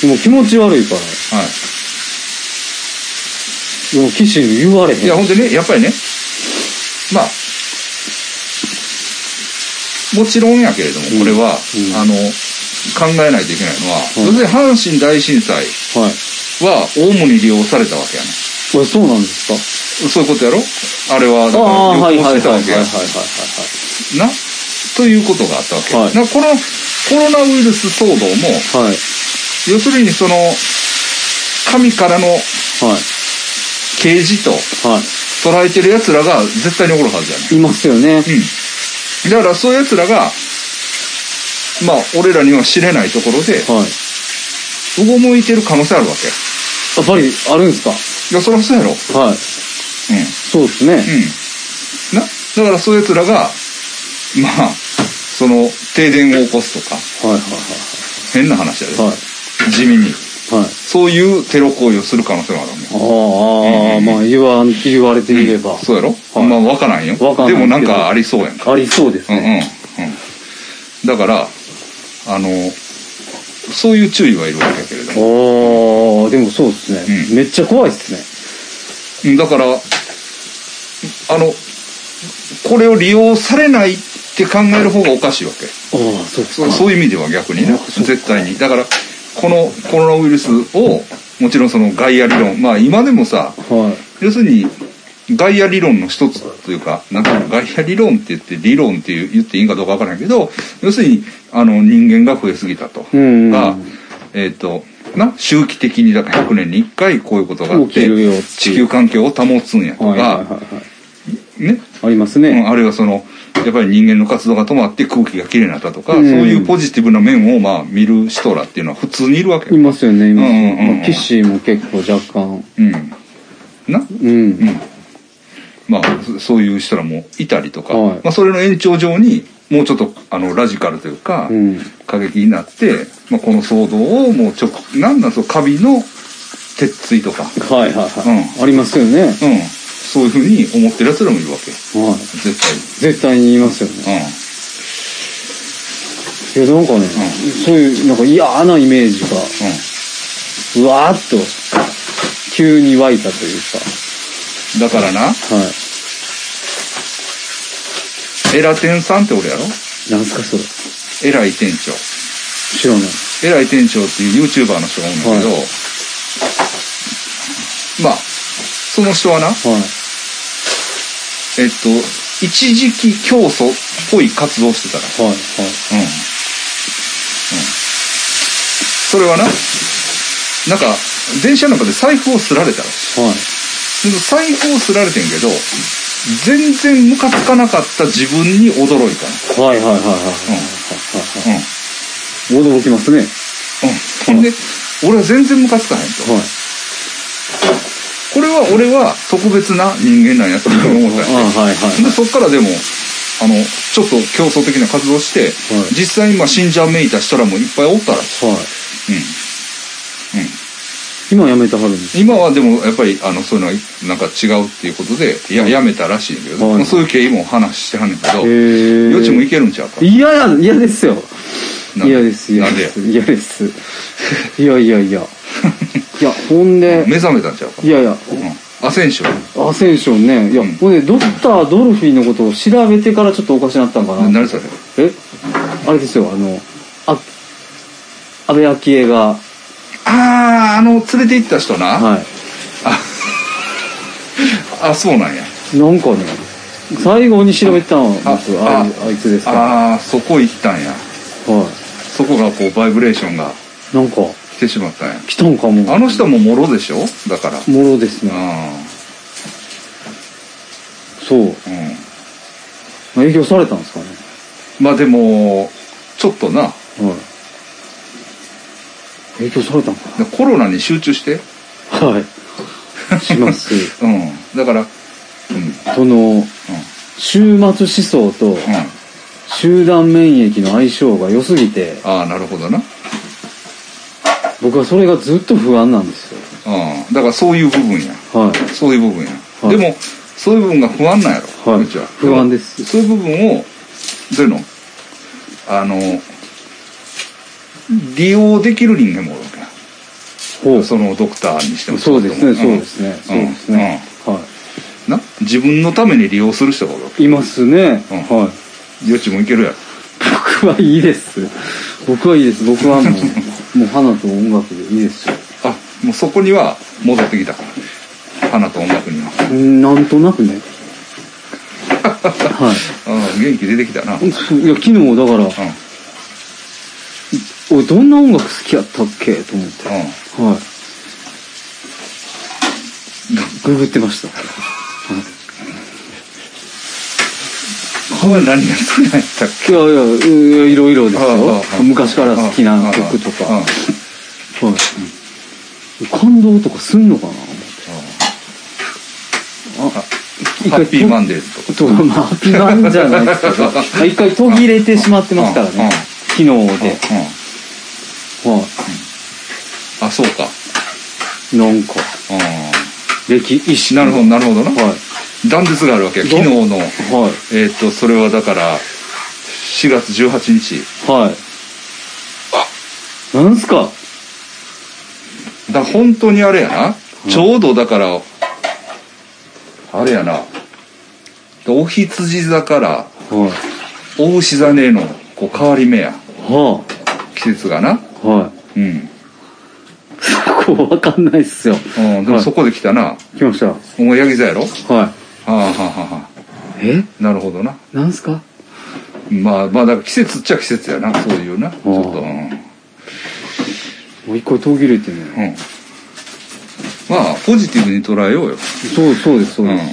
Speaker 1: もう気持ち悪いから、
Speaker 3: はい。
Speaker 1: でも騎士に言われへん。
Speaker 3: いや、ほんでね、やっぱりね、まあ、もちろんやけれども、
Speaker 1: うん
Speaker 3: これ
Speaker 1: うん
Speaker 3: は、あの、考えないといけないのは、
Speaker 1: うん
Speaker 3: 要するに阪神大震災
Speaker 1: はい。
Speaker 3: は、オウムに利用されたわけやね
Speaker 1: これそうなんです
Speaker 3: そういうことやろあれは、だ
Speaker 1: かああ、
Speaker 3: から
Speaker 1: はい
Speaker 3: 旅
Speaker 1: はい
Speaker 3: 行
Speaker 1: はい
Speaker 3: し
Speaker 1: はいはい
Speaker 3: てたわけや。なということがあったわけや。
Speaker 1: はい
Speaker 3: だからこの、コロナウイルス騒動も、
Speaker 1: はい。はい。
Speaker 3: 要するにその、神からの
Speaker 1: はい。
Speaker 3: 啓示と
Speaker 1: は
Speaker 3: 捉えてる奴らが絶対におるはず
Speaker 1: い。
Speaker 3: やね
Speaker 1: いますよね。
Speaker 3: うん。だからそういう奴らが、まあ、俺らには知れないところで、
Speaker 1: はい。
Speaker 3: うごむいてる可能性あるわけよ。
Speaker 1: やっぱりあるんですか
Speaker 3: いや、そりゃそうやろ。うん。
Speaker 1: はい。
Speaker 3: う
Speaker 1: そうですね。
Speaker 3: ん。なだからそういう奴らが、まあ、その、停電を起こすとか、
Speaker 1: はいはい
Speaker 3: 変な話やで、
Speaker 1: はい。はい。
Speaker 3: 地味に。
Speaker 1: はい。
Speaker 3: そういうテロ行為をする可能性もあるわけよ。
Speaker 1: ああ、まあ言わん、言われてみれば。
Speaker 3: そうやろ、
Speaker 1: はい
Speaker 3: まあ、わからんよ。
Speaker 1: わからんけど
Speaker 3: でもなんかありそうやんか。
Speaker 1: ありそうです
Speaker 3: うんうん。う
Speaker 1: ね。
Speaker 3: ん。だから、あの、そういう注意はいるわけやけれども。
Speaker 1: ああ、でもそうですね、
Speaker 3: うん
Speaker 1: めっちゃ怖いですね。
Speaker 3: うんだから、あの、これを利用されないって考える方がおかしいわけ。
Speaker 1: ああ、そうか。
Speaker 3: そうそういう意味では逆にね、絶対に。だから、このコロナウイルスを、もちろんその外野理論、まあ今でもさ、
Speaker 1: はい。
Speaker 3: 要するに、外野理論の一つというか、なんか外野理論って言って、理論って言っていいんかどうかわからないけど、要するに、あの、人間が増えすぎたと。
Speaker 1: うんうん
Speaker 3: が、えっ、と、な、周期的に、だから100年に1回こういうことがあっ
Speaker 1: 起きるよってい
Speaker 3: て
Speaker 1: う、
Speaker 3: 地球環境を保つんやと
Speaker 1: はいはいはい
Speaker 3: か、
Speaker 1: はい。
Speaker 3: ね、
Speaker 1: あります
Speaker 3: うん
Speaker 1: ね。
Speaker 3: あるいはその、やっぱり人間の活動が止まって空気がきれいになったとか、
Speaker 1: うん
Speaker 3: そういうポジティブな面をまあ見る人らっていうのは普通にいるわけ
Speaker 1: い
Speaker 3: よ。
Speaker 1: ますよね、いますよね。
Speaker 3: うんうんうん
Speaker 1: まあ、キッシーも結構若干。
Speaker 3: うん。な
Speaker 1: うん。
Speaker 3: うん。まあ、そそういう人らもいたりとか、
Speaker 1: はい
Speaker 3: まあそれの延長上に、もうちょっとあのラジカルというか、
Speaker 1: うん。
Speaker 3: 過激になって、まあ、この騒動をもう直、なんなんそう、カビの鉄槌とか、
Speaker 1: はいはいはい。ありますよね。
Speaker 3: うん。そういうふうに思ってる奴らもいるわけ。
Speaker 1: はい。
Speaker 3: 絶
Speaker 1: 絶対に言いますよね。
Speaker 3: 対に。
Speaker 1: いや、なんかね、そういう、なんか嫌なイメージが、
Speaker 3: うん。うん。
Speaker 1: うわーっと、急に湧いたという
Speaker 3: だからな、
Speaker 1: か、はい。
Speaker 3: エラ店さんって俺やろ
Speaker 1: なんすかそれ。
Speaker 3: エライ店長。
Speaker 1: 知らない。
Speaker 3: 偉い店長っていう YouTuber の人がおるんだけど、
Speaker 1: は
Speaker 3: まあ、その人はな、
Speaker 1: はい。
Speaker 3: えっと、一時期教祖っぽい活動してたか
Speaker 1: はい。はい。
Speaker 3: ら。うん。うん。それはな、なんか、電車の中で財布をすられたらしい。
Speaker 1: はい。
Speaker 3: でも財布をすられてんけど、全然ムカつかなかった自分に驚いた
Speaker 1: はいはいはいはいはい
Speaker 3: の。うん。
Speaker 1: はいはい。驚きますね。
Speaker 3: うん。ほんで、俺は全然ムカつかへんと。
Speaker 1: はい。
Speaker 3: これは俺は特別な人間なんやって思ったんや
Speaker 1: あはいはい
Speaker 3: でそっからでもあのちょっと競争的な活動をして、
Speaker 1: はい
Speaker 3: 実際今信者めいた人らもいっぱいおったらしい
Speaker 1: はい。
Speaker 3: うんう
Speaker 1: 今
Speaker 3: ん、
Speaker 1: やめてはるんです。
Speaker 3: 今はでもやっぱりあのそういうのはなんか違うっていうことでいややめたらしいんだけど、
Speaker 1: はい
Speaker 3: まあそういう経緯も話してはんねんけど
Speaker 1: へ
Speaker 3: 余地もい
Speaker 1: い
Speaker 3: けるんちゃうか
Speaker 1: 嫌や、嫌ですよ。
Speaker 3: なん
Speaker 1: 嫌です、嫌
Speaker 3: なんで
Speaker 1: で
Speaker 3: や
Speaker 1: す。嫌です。いやいや いや。いや、ほんで、
Speaker 3: 目覚めたんちゃうか
Speaker 1: いやいや、
Speaker 3: うん、アセンション
Speaker 1: アセンションね。いや
Speaker 3: うん、
Speaker 1: ほんで、ドクター・ドルフィンのことを調べてからちょっとおかしなったんかな。
Speaker 3: 何それ
Speaker 1: えあれですよ、あの、あ、安倍昭恵が、
Speaker 3: あああの連れて行った人な、
Speaker 1: はい。
Speaker 3: あそうなんや
Speaker 1: なんかね、最後に調べてたのは
Speaker 3: あ
Speaker 1: 僕あい
Speaker 3: あ
Speaker 1: あいつですか
Speaker 3: ああそこ行ったんや
Speaker 1: ら。は
Speaker 3: そこがこうバイブレーションが
Speaker 1: い。なんか、
Speaker 3: 来てしまったんや
Speaker 1: 来たんかも。
Speaker 3: あの人ももろでしょだからう
Speaker 1: もろですね。
Speaker 3: ん
Speaker 1: そう。
Speaker 3: うん
Speaker 1: 影響されたんですかね。
Speaker 3: まあでもちょっとな
Speaker 1: はい。影響されたんか
Speaker 3: コロナに集中して
Speaker 1: な。はい。しますし
Speaker 3: うん。だから、うん。
Speaker 1: その終末思想と
Speaker 3: うん。うん。
Speaker 1: 集団免疫の相性が良すぎて
Speaker 3: ああ、なるほどな。
Speaker 1: 僕はそれがずっと不安なんですよ
Speaker 3: うん。だからそういう部分や。
Speaker 1: は
Speaker 3: そういう部分や。
Speaker 1: はい
Speaker 3: でも、そういう部分が不安なんやろ。
Speaker 1: はいう
Speaker 3: ちは
Speaker 1: 不安です
Speaker 3: そういう部分を、どういうのあの、利用できる人間もおるわけや。
Speaker 1: いほうそ
Speaker 3: そのドクターにしても
Speaker 1: うですね
Speaker 3: ん
Speaker 1: そうですねそうですねは
Speaker 3: な自分のために利用する人がおるわけ
Speaker 1: いいますね
Speaker 3: うん
Speaker 1: はい
Speaker 3: 余地もいけるやん
Speaker 1: 僕はいいです僕はいいです僕はも うもう花と音楽でいいですよ
Speaker 3: あもうそこには戻ってきたから花と音楽には
Speaker 1: うんなんとなく ねは
Speaker 3: あ元気出てきたな、うん
Speaker 1: いそういや昨日もだから
Speaker 3: う
Speaker 1: 俺どんな音楽好きやったっけと思って
Speaker 3: ん、
Speaker 1: はいググってました
Speaker 3: これ何が好きなんやったっけ
Speaker 1: いやいやういろいろです
Speaker 3: あああ
Speaker 1: よ
Speaker 3: あ
Speaker 1: 昔から好きな曲とか
Speaker 3: あああ
Speaker 1: はい感動とかすんのかな
Speaker 3: ああ
Speaker 1: 一
Speaker 3: ハ
Speaker 1: 回
Speaker 3: ッピーマンデーズとか
Speaker 1: とかまあハッピーマンじゃないですけどま あ一回途切れてしまってますから
Speaker 3: うんうん
Speaker 1: ね昨日で
Speaker 3: うんうん
Speaker 1: は
Speaker 3: あそうか
Speaker 1: いなんか
Speaker 3: う
Speaker 1: 歴史
Speaker 3: んなるほどなるほどな、
Speaker 1: はい
Speaker 3: 断絶があるわけや昨日の
Speaker 1: はい
Speaker 3: えーっとそれはだから4月18日
Speaker 1: はいなんすか
Speaker 3: だから本当にあれやな、
Speaker 1: うん
Speaker 3: ちょうどだからあれやなおひつじ座から
Speaker 1: はい
Speaker 3: お牛座ねのこう変わり目や
Speaker 1: は
Speaker 3: 季節がな
Speaker 1: あはい
Speaker 3: うん、
Speaker 1: そ こわかんないっすよ
Speaker 3: うん、でも
Speaker 1: はい
Speaker 3: そこで来たな
Speaker 1: 来ましたは
Speaker 3: お前ヤギ座やろはあはあはあは
Speaker 1: いえ
Speaker 3: あなるほどな
Speaker 1: なんすか
Speaker 3: まあまあだから季節っちゃ季節やなそういうなちょっとうん、うん、
Speaker 1: もう一回途切れてね
Speaker 3: まあポジティブに捉えようよ
Speaker 1: そうそうですそううん
Speaker 3: う
Speaker 1: で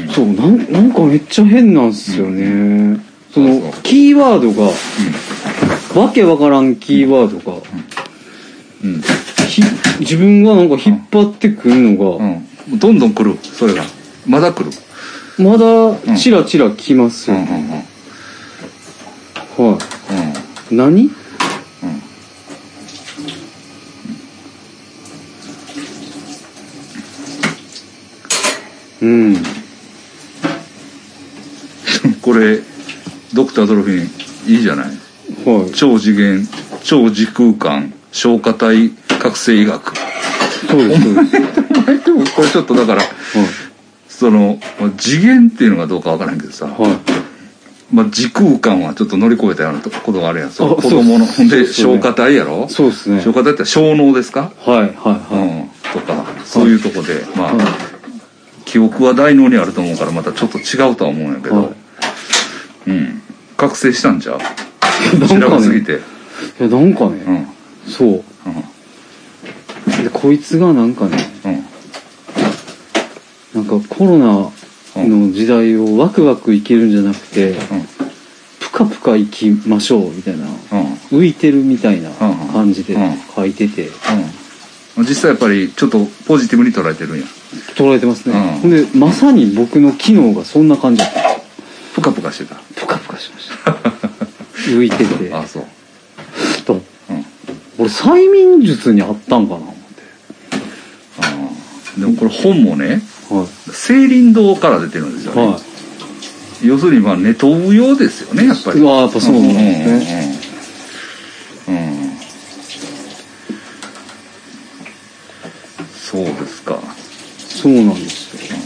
Speaker 3: ん
Speaker 1: す、そうなんなんかめっちゃ変なんすよね、その
Speaker 3: そうそう
Speaker 1: キーワードが、わけわからんキーワードが、
Speaker 3: うん
Speaker 1: ひ自分がなんか引っ張ってくるの
Speaker 3: う
Speaker 1: が、
Speaker 3: ん、うん、どんどん来るそれがまだ来る
Speaker 1: まだチラチラ来ます
Speaker 3: う
Speaker 1: よ、
Speaker 3: んうんうんうん
Speaker 1: はい何
Speaker 3: うん
Speaker 1: うん
Speaker 3: これドクタードルフィンいいじゃない
Speaker 1: はい
Speaker 3: 超次元超時空間消化体覚醒医学
Speaker 1: そうですそうです、
Speaker 3: でもこれちょっとだからその次元っていうのがどうかわからんけどさ、
Speaker 1: はいはい
Speaker 3: まあ、時空間はちょっと乗り越えたようなとことがあるやんその
Speaker 1: あ
Speaker 3: 子供 の
Speaker 1: そ
Speaker 3: ほ
Speaker 1: うんそう
Speaker 3: で
Speaker 1: ですよね
Speaker 3: 消化体やろ
Speaker 1: そうですね
Speaker 3: 消化体って小脳ですか、
Speaker 1: はいはいは
Speaker 3: うんとかそういうとこで、まあ、
Speaker 1: い、はい
Speaker 3: 記憶は大脳にあると思うからまたちょっと違うとは思うんやけど、
Speaker 1: はい
Speaker 3: うん覚醒したんじゃう
Speaker 1: なん
Speaker 3: 散ら
Speaker 1: か
Speaker 3: かす
Speaker 1: ね
Speaker 3: ぎて、
Speaker 1: いやなんかね、
Speaker 3: うんうん
Speaker 1: そうでこいつがなんかね
Speaker 3: うん
Speaker 1: なんかコロナの時代をワクワクいけるんじゃなくて、
Speaker 3: ん
Speaker 1: ぷかぷかいきましょうみたいな
Speaker 3: うん
Speaker 1: 浮いてるみたいな
Speaker 3: うん
Speaker 1: 感じで
Speaker 3: うん
Speaker 1: 書いてて
Speaker 3: うん、実際やっぱりちょっとポジティブに捉えてるんや
Speaker 1: 捉えてますね、
Speaker 3: うん
Speaker 1: ほんでまさに僕の機能がそんな感じだ った
Speaker 3: プカプカしてた
Speaker 1: ぷかぷかしました 浮いてて
Speaker 3: あそう、
Speaker 1: ふと
Speaker 3: うん、
Speaker 1: 俺催眠術にあったんかな思って
Speaker 3: あーでもこれ本もね
Speaker 1: はい
Speaker 3: 青林堂から出てるんですよね、
Speaker 1: は
Speaker 3: 要するにまあネトウヨですよねやっぱり
Speaker 1: うわーやっぱそうなんです
Speaker 3: うんうんうんうん、うんそうですか
Speaker 1: いそうなんですよ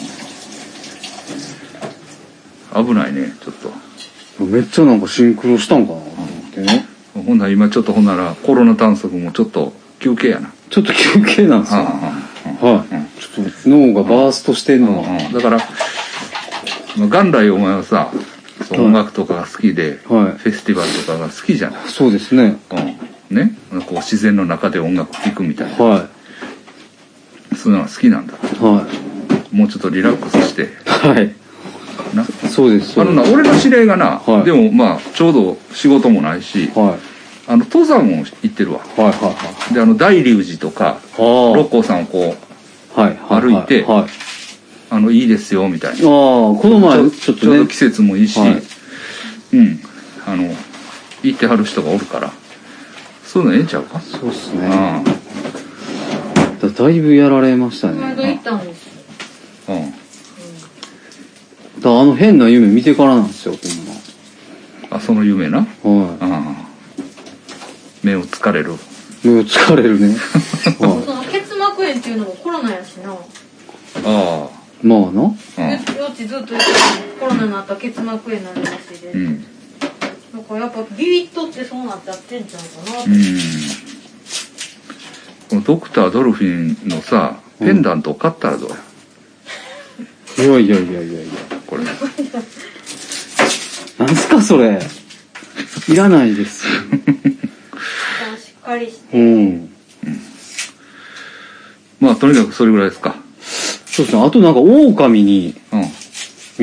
Speaker 3: 危ないねちょっと
Speaker 1: めっちゃなんかシンクロしたんかなと思ってね
Speaker 3: ほんなら今ちょっとほんならコロナ対策もちょっと休憩やな
Speaker 1: ちょっと休憩なんですよ、
Speaker 3: うんうん
Speaker 1: はい、
Speaker 3: うん
Speaker 1: ちょっと脳がバーストしてんのは、
Speaker 3: うんだからまあ元来お前はさそう
Speaker 1: はい
Speaker 3: 音楽とかが好きで、
Speaker 1: はい
Speaker 3: フェスティバルとかが好きじゃない、
Speaker 1: そうですね
Speaker 3: うん、ねこう自然の中で音楽聴くみたいな
Speaker 1: は
Speaker 3: そういうのが好きなんだ
Speaker 1: いはい
Speaker 3: もうちょっとリラックスして
Speaker 1: はい
Speaker 3: な
Speaker 1: そうです
Speaker 3: あ
Speaker 1: そう
Speaker 3: の
Speaker 1: で
Speaker 3: な俺の知り合いがな、
Speaker 1: はい
Speaker 3: でもまあちょうど仕事もないし、
Speaker 1: すは
Speaker 3: あの登山を行ってるわ
Speaker 1: はいはいは
Speaker 3: であの大龍寺とか
Speaker 1: い。あ
Speaker 3: 六甲山をこう
Speaker 1: あ。はいはいはい。
Speaker 3: 歩いて
Speaker 1: はい。ああ、
Speaker 3: あのいいですよみたいな
Speaker 1: この前、ちょっ
Speaker 3: ち
Speaker 1: と
Speaker 3: ょう
Speaker 1: ね
Speaker 3: ど季、節もいいし、
Speaker 1: はい
Speaker 3: うんあの行ってはる人がおるからそういうのええんちゃうか
Speaker 1: そうっすね。
Speaker 3: あ
Speaker 1: だだいぶやられました
Speaker 2: この
Speaker 1: ね。
Speaker 2: 間行ったんですよ。
Speaker 3: あうん
Speaker 1: だからあの変な夢見てからなんですよ、ほ
Speaker 3: あその夢なん
Speaker 1: ま。は
Speaker 3: あ目を疲れる
Speaker 1: い。もう疲れるね。
Speaker 2: うん
Speaker 1: は
Speaker 2: その結膜炎っていうのもコロナやしな。
Speaker 3: あ
Speaker 1: い。まあな。
Speaker 3: あうん
Speaker 2: 幼稚ずっと言ってたのコロナになったら結膜炎になるらしいです。
Speaker 3: うん
Speaker 2: なんかやっぱビビッとってそうなっちゃってんちゃうかなって。
Speaker 3: うんこのドクタードルフィンのさペンダントを買ったらどうや、
Speaker 1: いやいやいやいやいや。
Speaker 3: これ
Speaker 1: なんすかそれ。いらないですよ。
Speaker 2: しっかりして。
Speaker 1: うん。
Speaker 3: まあとにかくそれぐらいですか
Speaker 1: そうですね。あとなんか、狼に
Speaker 3: うん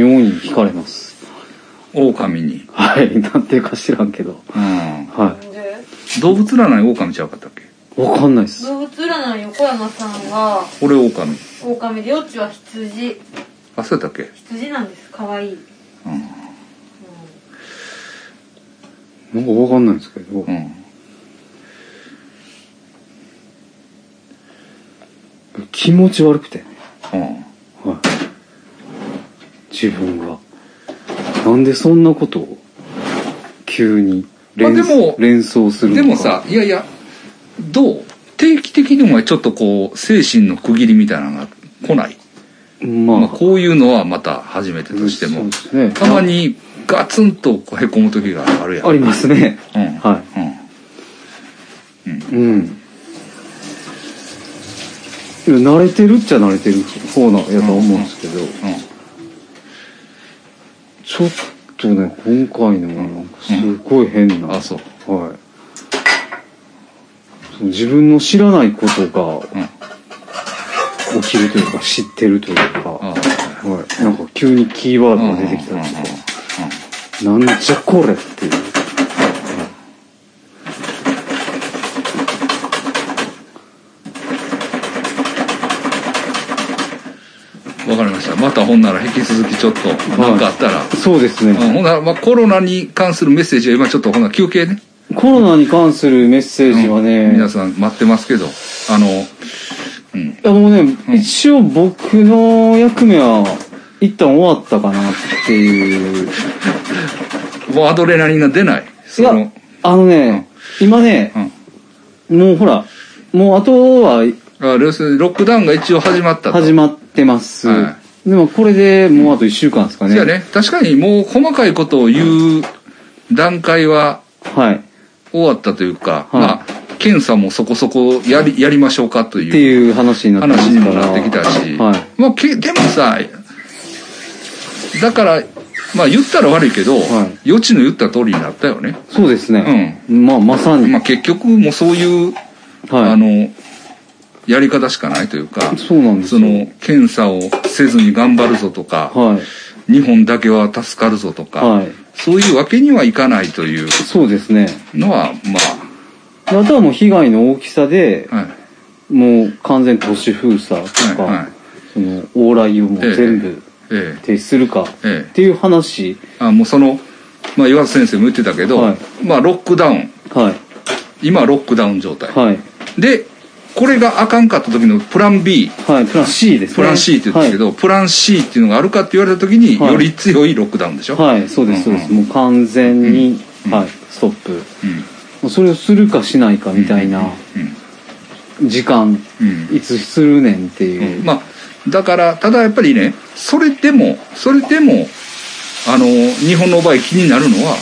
Speaker 1: 妙に惹かれます。
Speaker 3: 狼に、
Speaker 1: はい。なんていうか知らんけど。
Speaker 3: うん、
Speaker 1: は
Speaker 2: で
Speaker 3: 動物占い狼ちゃうかったっけ
Speaker 1: い。わかんないっす。
Speaker 2: 動物占い横山さんは
Speaker 3: 俺狼
Speaker 2: 狼で幼稚は羊。
Speaker 3: あそうやったっけ
Speaker 2: 羊なんです。可愛いい。
Speaker 3: う
Speaker 1: なんかわかんないんですけど。
Speaker 3: ん、うん、
Speaker 1: 気持ち悪くて。
Speaker 3: うん
Speaker 1: はい。自分が。なんでそんなことを、急に連,、
Speaker 3: まあでも
Speaker 1: 連想するのか
Speaker 3: でもさ、いやいやどう定期的にお前ちょっとこう精神の区切りみたいなのが来ない、
Speaker 1: まあ、
Speaker 3: まあ、こういうのはまた初めてとして
Speaker 1: そう
Speaker 3: も
Speaker 1: ですね、
Speaker 3: たまにガツンとこうへこむ時があるやん
Speaker 1: ありますね。
Speaker 3: うん
Speaker 1: は
Speaker 3: うんうん
Speaker 1: い。うん。いや慣れてるっちゃ慣れてる方なやとは思うんですけど、ちょっとね、今回のはなんかすごい変
Speaker 3: うん
Speaker 1: な。
Speaker 3: あそう
Speaker 1: はい。その自分の知らないこと
Speaker 3: うんあ
Speaker 1: が起きるというか、知ってるというか、
Speaker 3: あ
Speaker 1: はい。なんか急にキーワードが出てきたんですけど、なんじゃこれっていう。
Speaker 3: うんうんわかりましたまたほんなら引き続きちょっと何かあったら、
Speaker 1: そうですね。
Speaker 3: うんほんなら、まあ、コロナに関するメッセージは今ちょっとほんなら休憩ね
Speaker 1: コロナに関するメッセージはね、
Speaker 3: うん皆さん待ってますけどあのうん
Speaker 1: あのね、一応僕の役目は一旦終わったかなっていう。
Speaker 3: もうアドレナリンが出ない
Speaker 1: い
Speaker 3: その
Speaker 1: や、あのね、今ね、もうほら、もうあとは
Speaker 3: うん、あ要するにロックダウンが一応始まったと
Speaker 1: 始まってます。
Speaker 3: は
Speaker 1: でもこれでもうあと一週間ですかね。
Speaker 3: じゃあね確かにもう細かいことを言う段階は
Speaker 1: はい。っ
Speaker 3: 終わったというか、
Speaker 1: はい
Speaker 3: まあ検査もそこそこやりやりましょうかと
Speaker 1: て
Speaker 3: いう
Speaker 1: いう話になってますか
Speaker 3: 話に
Speaker 1: ら。
Speaker 3: もなってきたし、
Speaker 1: はい。
Speaker 3: まあ、けでもさだからまあ言ったら悪いけど、
Speaker 1: は
Speaker 3: 予知の言った通りになったよね、
Speaker 1: そうですね。まあまさに。
Speaker 3: まあ、結局もうそういう、
Speaker 1: はい。
Speaker 3: あのやり方しかないというか
Speaker 1: そうなんです
Speaker 3: そ
Speaker 1: よ。
Speaker 3: の検査をせずに頑張るぞとか、
Speaker 1: はい。
Speaker 3: 日本だけは助かるぞとか、
Speaker 1: はい。
Speaker 3: そういうわけにはいかないという
Speaker 1: そうですね。
Speaker 3: のは
Speaker 1: あとはもう被害の大きさで、
Speaker 3: まあ、はい
Speaker 1: もう完全都市封鎖とか、
Speaker 3: はいはい
Speaker 1: その往来をもう全部
Speaker 3: ええ
Speaker 1: 停止するかっ
Speaker 3: え
Speaker 1: ていう話、
Speaker 3: えあもうその、まあ、岩瀬先生も言ってたけど、
Speaker 1: はい
Speaker 3: まあロックダウン
Speaker 1: はい、
Speaker 3: 今ロックダウン状態、
Speaker 1: はい、
Speaker 3: でこれがあかんかった時のプラン B
Speaker 1: はい、プラン C ですね。
Speaker 3: プラン C って言うんですけど、プラン C っていうのがあるかって言われた時に、
Speaker 1: はい
Speaker 3: より強いロックダウンでしょ、
Speaker 1: はい、はい、そうです、そうです。もう完全に、はい、ストップ。も
Speaker 3: うん
Speaker 1: うそれをするかしないかみたいな時間、
Speaker 3: うん
Speaker 1: いつするねんって
Speaker 3: うん
Speaker 1: いう。
Speaker 3: まあだからただやっぱりねそれでもそれでもあの日本の場合気になるのは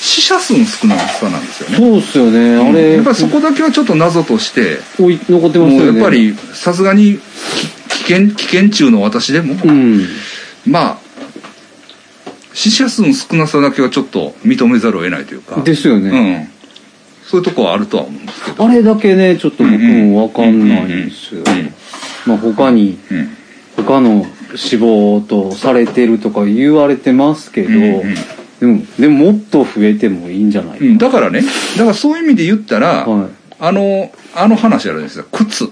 Speaker 3: 死者数の少なさなんですよね
Speaker 1: そうっすよね、あれ、
Speaker 3: やっぱりそこだけはちょっと謎として、
Speaker 1: おい残ってま
Speaker 3: も
Speaker 1: す
Speaker 3: う
Speaker 1: よね。
Speaker 3: やっぱ、りさすがにき危険、危険中の私でも、
Speaker 1: うん。
Speaker 3: まあ、死者数の少なさだけはちょっと認めざるを得ないというか、
Speaker 1: ですよね。
Speaker 3: うん。そういうとこはあるとは思うんですけど。
Speaker 1: あれだけね、ちょっと僕もわかんないんですよ。まあ他に、
Speaker 3: うん。うん。
Speaker 1: 他の死亡とされてるとか言われてますけど、
Speaker 3: うんうん
Speaker 1: でも、でももっと増えてもいいんじゃないか
Speaker 3: うん、だからね、だからそういう意味で言ったら、
Speaker 1: はい。
Speaker 3: あの、あの話あるんですよ。靴、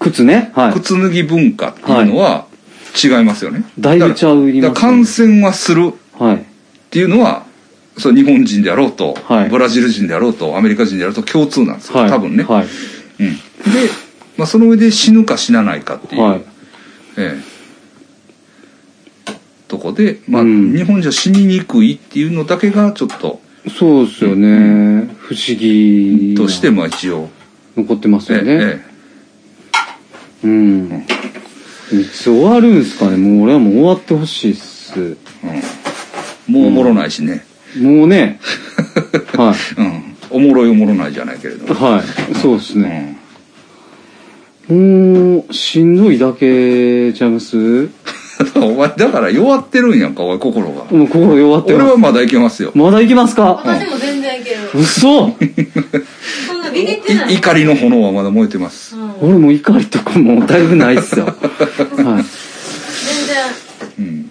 Speaker 1: 靴ね。はい。
Speaker 3: 靴脱ぎ文化っていうのは違いますよね。
Speaker 1: だいぶちゃうい
Speaker 3: だ
Speaker 1: ま
Speaker 3: から
Speaker 1: すね
Speaker 3: 感染はするっ
Speaker 1: はい。
Speaker 3: ていうのは、そう日本人であろうと、
Speaker 1: はい
Speaker 3: ブラジル人であろうと、アメリカ人であろうと共通なんですよ。
Speaker 1: はい。
Speaker 3: 多分ね。
Speaker 1: はい。
Speaker 3: うん、で、まあ、その上で死ぬか死なないかっていう、
Speaker 1: はい。
Speaker 3: ええとこで、まあ
Speaker 1: うん
Speaker 3: 日本じゃ死ににくいっていうのだけがちょっと
Speaker 1: そうですよね。不思議な
Speaker 3: としてまあ一応、
Speaker 1: 残ってます
Speaker 3: ええ
Speaker 1: よね。
Speaker 3: え
Speaker 1: うん。いつ終わるんすかねもう俺はもう終わってほしいっす。
Speaker 3: えうん、もうおもろないしね、
Speaker 1: もう ね。は
Speaker 3: うんおもろいおもろないじゃないけれ
Speaker 1: い。
Speaker 3: ども、
Speaker 1: はい。そうです
Speaker 3: うん
Speaker 1: ね。もう、しんどいだけちゃいます
Speaker 3: だからお前だから弱ってるんやんかお前心が、
Speaker 1: もう心弱って
Speaker 3: 俺
Speaker 1: ま
Speaker 3: は
Speaker 1: す。
Speaker 3: まだいけますよ、
Speaker 1: まだ行きますか
Speaker 2: 私も全然いける。
Speaker 1: 嘘
Speaker 2: そんなビビってない。
Speaker 3: い怒りの炎はまだ燃えてます、
Speaker 2: うん
Speaker 1: 俺も怒りとかもうだいぶないっすよ。はい。
Speaker 2: 全然
Speaker 3: うん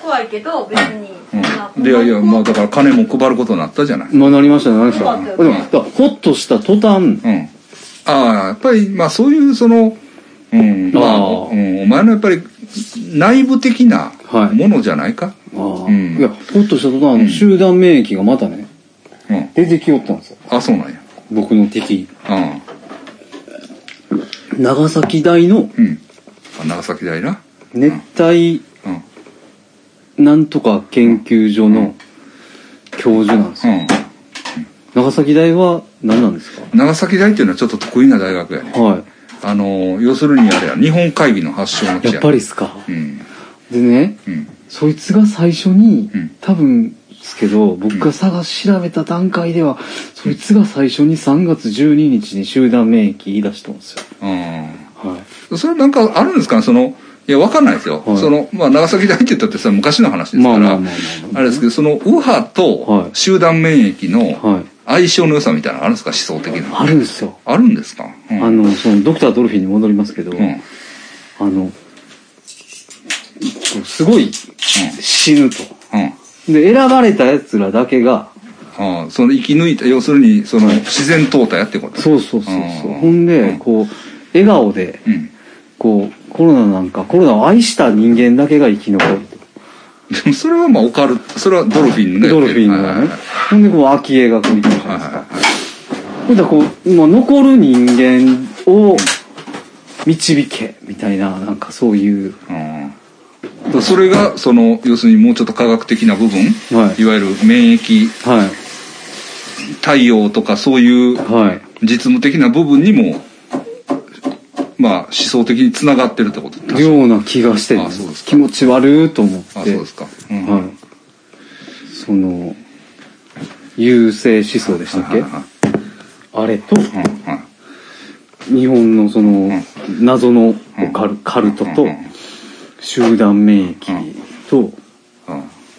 Speaker 2: 怖いけど、別に。そ
Speaker 3: うんん、
Speaker 2: ない
Speaker 3: やいやまあだから金も配ることになったじゃない、
Speaker 1: まあなりましたね、なりました。
Speaker 2: よかっ
Speaker 1: で
Speaker 2: た
Speaker 1: も、
Speaker 2: よ
Speaker 1: だからほっとした途端、
Speaker 3: うん、ああやっぱりまあそういうその、うんまあ
Speaker 1: ああ
Speaker 3: うん、お前のやっぱり内部的な
Speaker 1: はい
Speaker 3: ものじゃないか、
Speaker 1: ああ、
Speaker 3: うん
Speaker 1: いや、ほっとした途端、あ
Speaker 3: う
Speaker 1: の
Speaker 3: ん
Speaker 1: 集団免疫がまたね、
Speaker 3: うん、
Speaker 1: 出てきよったんですよ。
Speaker 3: あそうなんや
Speaker 1: 僕の敵。
Speaker 3: う
Speaker 1: 長崎大の
Speaker 3: ん、うん、あ長崎大な
Speaker 1: 熱帯
Speaker 3: うんうん
Speaker 1: なんとか研究所の教授なんですよ。長崎大は何なんですか
Speaker 3: 長崎大っていうのはちょっと得意な大学やね
Speaker 1: は
Speaker 3: あの要するにあれや日本会議の発祥の
Speaker 1: い。
Speaker 3: 地や
Speaker 1: やっぱりっすか。
Speaker 3: うん
Speaker 1: でね、
Speaker 3: うん
Speaker 1: そいつが最初に、
Speaker 3: うん
Speaker 1: 多分ですけど僕が探し調べた段階では、そいつが最初に3月12日に集団免疫言い出したんですよ
Speaker 3: う
Speaker 1: はい
Speaker 3: んそれなんかあるんですかねそのいやわかんないですよ、
Speaker 1: はい
Speaker 3: そのまあ長崎大って言ったってそれは昔の話ですから、あれですけど、その右派
Speaker 1: は
Speaker 3: と
Speaker 1: い
Speaker 3: 集団免疫の
Speaker 1: はい
Speaker 3: 相性の良さみたいなのあるんですか思想的な。
Speaker 1: あるんですよ、
Speaker 3: あるんですか、うん
Speaker 1: あ、のそのドクター・ドルフィンに戻りますけど、
Speaker 3: うん。うん。
Speaker 1: あのすごい死ぬと
Speaker 3: うん。
Speaker 1: で選ばれたやつらだけが
Speaker 3: ああ、その生き抜いた、要するに、その自然淘汰やってこと。
Speaker 1: そうそうそうそう
Speaker 3: うん
Speaker 1: ほん
Speaker 3: う
Speaker 1: で
Speaker 3: ん
Speaker 1: こう笑顔で
Speaker 3: うん。
Speaker 1: こうコロナなんかコロナを愛した人間だけが生き残ると
Speaker 3: でもそれはまあオカルト、それはドルフィンのね。
Speaker 1: ドルフィンが
Speaker 3: はいはい
Speaker 1: ね
Speaker 3: はい。
Speaker 1: ほんで、こう、秋江がこう、いたじゃな
Speaker 3: はいい
Speaker 1: ですか。
Speaker 3: は
Speaker 1: ほんで、こう、まあ、残る人間を導け、みたいな、なんかそういう。
Speaker 3: いはい。うんだからそれが、その、要するにもうちょっと科学的な部分、
Speaker 1: はい
Speaker 3: わゆる免疫
Speaker 1: はい。
Speaker 3: 対応とかそういう
Speaker 1: はい。
Speaker 3: 実務的な部分にも、まあ思想的につながってるってこと。
Speaker 1: ような気がしてね
Speaker 3: あそうですか
Speaker 1: 気持ち悪いと思っ
Speaker 3: あ、そう
Speaker 1: て。
Speaker 3: ですか。うん
Speaker 1: はい。その、優勢思想でしたっけ
Speaker 3: はいはい
Speaker 1: あれと、
Speaker 3: はいうんはい
Speaker 1: 日本のその、謎のカルカルトと
Speaker 3: うんうん、
Speaker 1: 集団免疫と、
Speaker 3: うん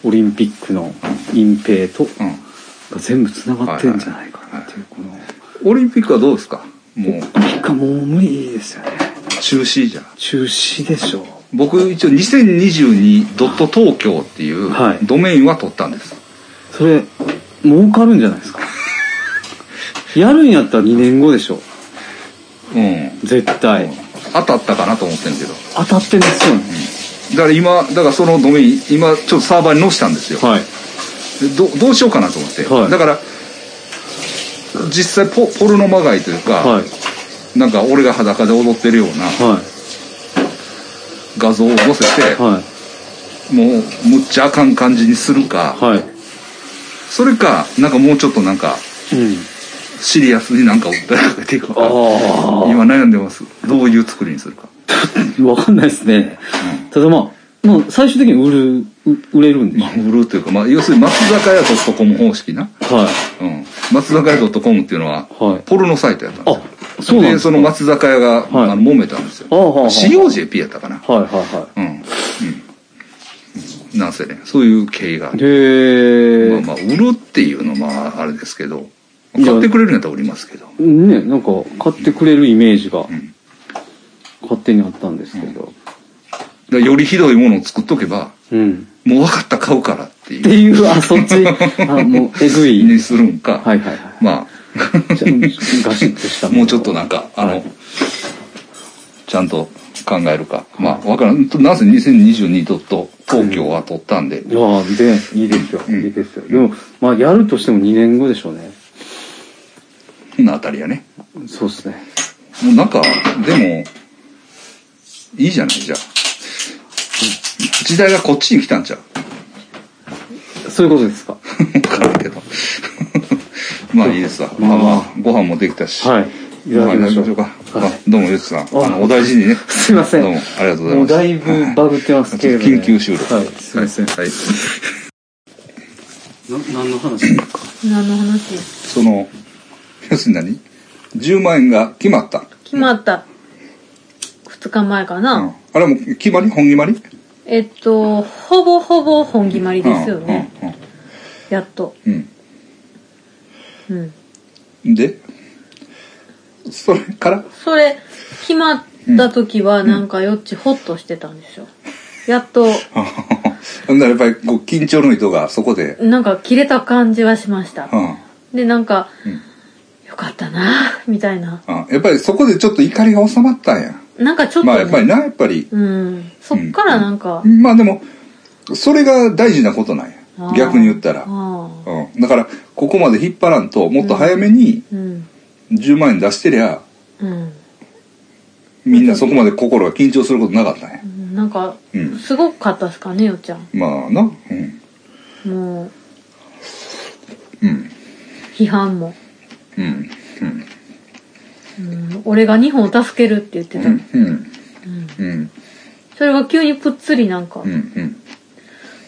Speaker 1: オリンピックの隠蔽と、
Speaker 3: うん
Speaker 1: が全部繋がってんじゃないかなっていうこの
Speaker 3: オリンピックはどうですかもう
Speaker 1: 結果もう無理ですよね
Speaker 3: 中止じゃん
Speaker 1: 中止でしょう
Speaker 3: 僕一応 2022.tokyo っていう
Speaker 1: はい
Speaker 3: ドメインは取ったんです、
Speaker 1: それ儲かるんじゃないです かやるんやったら2年後でしょ絶対
Speaker 3: うん当たったかなと思ってんけど
Speaker 1: 当たってますよね
Speaker 3: だから今だからそのドメイン今ちょっとサーバーに載せたんですよ、
Speaker 1: はい
Speaker 3: でどどうしようかなと思って、
Speaker 1: はい
Speaker 3: だから実際ポポルノまがいというか、
Speaker 1: はい
Speaker 3: なんか俺が裸で踊ってるような
Speaker 1: はい
Speaker 3: 画像を載せて、
Speaker 1: はい
Speaker 3: もうむっちゃあかん感じにするか、
Speaker 1: はい
Speaker 3: それかなんかもうちょっとなんか
Speaker 1: うん
Speaker 3: シリアスになんか訴えかけていくか
Speaker 1: あ
Speaker 3: 今悩んでますどういう作りにするか、
Speaker 1: あ分かんないですねただまあまあ最終的に売るう売れるんでしょ
Speaker 3: まあ、売るというか、まあ、要するに松坂屋 .com 方式な、
Speaker 1: は
Speaker 3: うん、松坂屋 .com っていうのは、
Speaker 1: はい
Speaker 3: ポルノサイトやったんですよ
Speaker 1: あそうなんですか
Speaker 3: その松坂屋が、
Speaker 1: はい
Speaker 3: あの揉めたんですよ
Speaker 1: ああはあはあ
Speaker 3: COJP やったかない
Speaker 1: はいは
Speaker 3: うん、うんうん、なんせねそういう経緯があ
Speaker 1: いはい
Speaker 3: る
Speaker 1: へ
Speaker 3: ま
Speaker 1: え
Speaker 3: あまあ売るっていうのはまああれですけど買ってくれるんやったら売りますけど
Speaker 1: ねなんか買ってくれるイメージが
Speaker 3: ん
Speaker 1: 勝手にあったんですけど
Speaker 3: だからよりひどいものを作っとけば
Speaker 1: うん、
Speaker 3: もう分かった買うからってって
Speaker 1: って
Speaker 3: いう
Speaker 1: いう、あ、そっち、あ、もう、えぐい。
Speaker 3: にするんか、
Speaker 1: はいはいは
Speaker 3: ま
Speaker 1: い。ちょっとガシッとした
Speaker 3: あ
Speaker 1: の
Speaker 3: もうちょっとなんかあの、
Speaker 1: はい
Speaker 3: ちゃんと考えるかまあわからんなんせ2022ドット東京は取ったんで、
Speaker 1: いやで、いいですよ。
Speaker 3: うん
Speaker 1: いいですよ。でも、まあ、やるとしても2年後でしょうね。
Speaker 3: このあたりやね
Speaker 1: そうですね。
Speaker 3: もうなんかでもいいじゃないじゃあ時代がこっちに来たんちゃう
Speaker 1: そういうことですか。
Speaker 3: 分からん けどまあいいですわまあまあご飯もできたし、
Speaker 1: はい。い
Speaker 3: ご
Speaker 1: ただ
Speaker 3: 飯
Speaker 1: きまし
Speaker 3: いただき
Speaker 1: ょ
Speaker 3: ましょ
Speaker 1: う
Speaker 3: うか、。
Speaker 1: はい
Speaker 3: あどうもよしさんあ
Speaker 1: あ
Speaker 3: のお大事にね
Speaker 1: すいません。
Speaker 3: どうもありがとうござい
Speaker 1: も
Speaker 3: ま
Speaker 1: う
Speaker 3: す
Speaker 1: だいぶバグってますけれど、ね。
Speaker 3: 緊急収録
Speaker 1: はい、すいません。
Speaker 3: はい
Speaker 1: な何の話ですか
Speaker 2: 何の話
Speaker 3: その要するに何10万円が決まった、
Speaker 2: 決まった。2日前かな。
Speaker 3: うんあれはもう決まり本決まり
Speaker 2: えっと、ほぼほぼ本決まりですよね。やっと。
Speaker 3: うんう
Speaker 2: う
Speaker 3: ん
Speaker 2: ん。
Speaker 3: うんでそれから
Speaker 2: それ、決まった時はなんかよっちホッとしてたんですよ。やっと、
Speaker 3: ほん ならやっぱりこう緊張の糸がそこで、
Speaker 2: なんか切れた感じはしました
Speaker 3: う。んうん
Speaker 2: で、なんか、よかったなみたいな。
Speaker 3: うんやっぱりそこでちょっと怒りが収まったんや
Speaker 2: なんかちょっと、ね
Speaker 3: まあやっぱりなやっぱり
Speaker 2: うん。そっからなんか、
Speaker 3: まあでもそれが大事なことなんや
Speaker 2: あー
Speaker 3: 逆に言ったら、
Speaker 2: ああ
Speaker 3: うん、だからここまで引っ張らんともっと早めに
Speaker 2: うん。
Speaker 3: 10万円出してりゃ、
Speaker 2: うん。
Speaker 3: みんなそこまで心が緊張することなかったね
Speaker 2: う。んなんか
Speaker 3: うん、
Speaker 2: すごかったっすかね、よっちゃん。
Speaker 3: まあな。うん。
Speaker 2: もう、
Speaker 3: うん。
Speaker 2: 批判も。
Speaker 3: うん。
Speaker 2: うん、俺が日本を助けるって言ってた。
Speaker 3: うん。うん。うん。
Speaker 2: それが急にぷっつりなんか、
Speaker 3: うん。う
Speaker 2: は
Speaker 3: ん。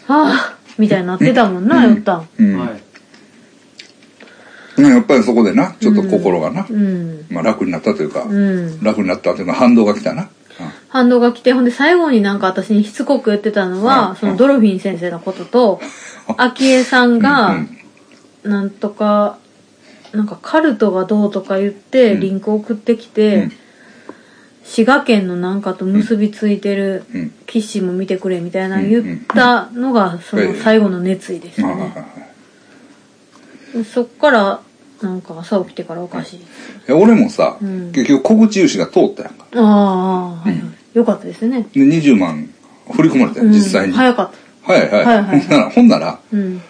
Speaker 2: あみたいになってたもんな、よっちゃん。
Speaker 3: うん。
Speaker 1: はい。
Speaker 3: うんやっぱりそこでな、ちょっと心がな
Speaker 2: う、ん。
Speaker 3: まあ楽になったというか、
Speaker 2: うん。
Speaker 3: 楽になったというか反動が来たな。
Speaker 2: 反動が来て、ほんで最後になんか私にしつこく言ってたの
Speaker 3: う
Speaker 2: は、
Speaker 3: ん
Speaker 2: そのドルフィン先生のことと、昭恵さん
Speaker 3: う
Speaker 2: が
Speaker 3: ん、
Speaker 2: なんとか、なんかカルトがどうとか言って、
Speaker 3: うん
Speaker 2: リンク送ってき
Speaker 3: う
Speaker 2: て
Speaker 3: ん、
Speaker 2: 滋賀県のなんかと結びついてる
Speaker 3: うん
Speaker 2: 騎士も見てくれみたいなの言ったのが、その最後の熱意です
Speaker 3: うん。
Speaker 2: よ
Speaker 3: まあ
Speaker 2: ね。そっから、なんか朝起きてからおかしい。
Speaker 3: い や俺もさ、
Speaker 2: うん
Speaker 3: 結局小口融資が通ったやんか。
Speaker 2: ああ、はいはい。よかったですね。
Speaker 3: で、20万振り込まれたや、
Speaker 2: うんん
Speaker 3: 実際に。は
Speaker 2: 早
Speaker 3: い
Speaker 2: かった。
Speaker 3: はい
Speaker 2: はいはいはい
Speaker 3: ほんなら、ほんなら、
Speaker 2: うん。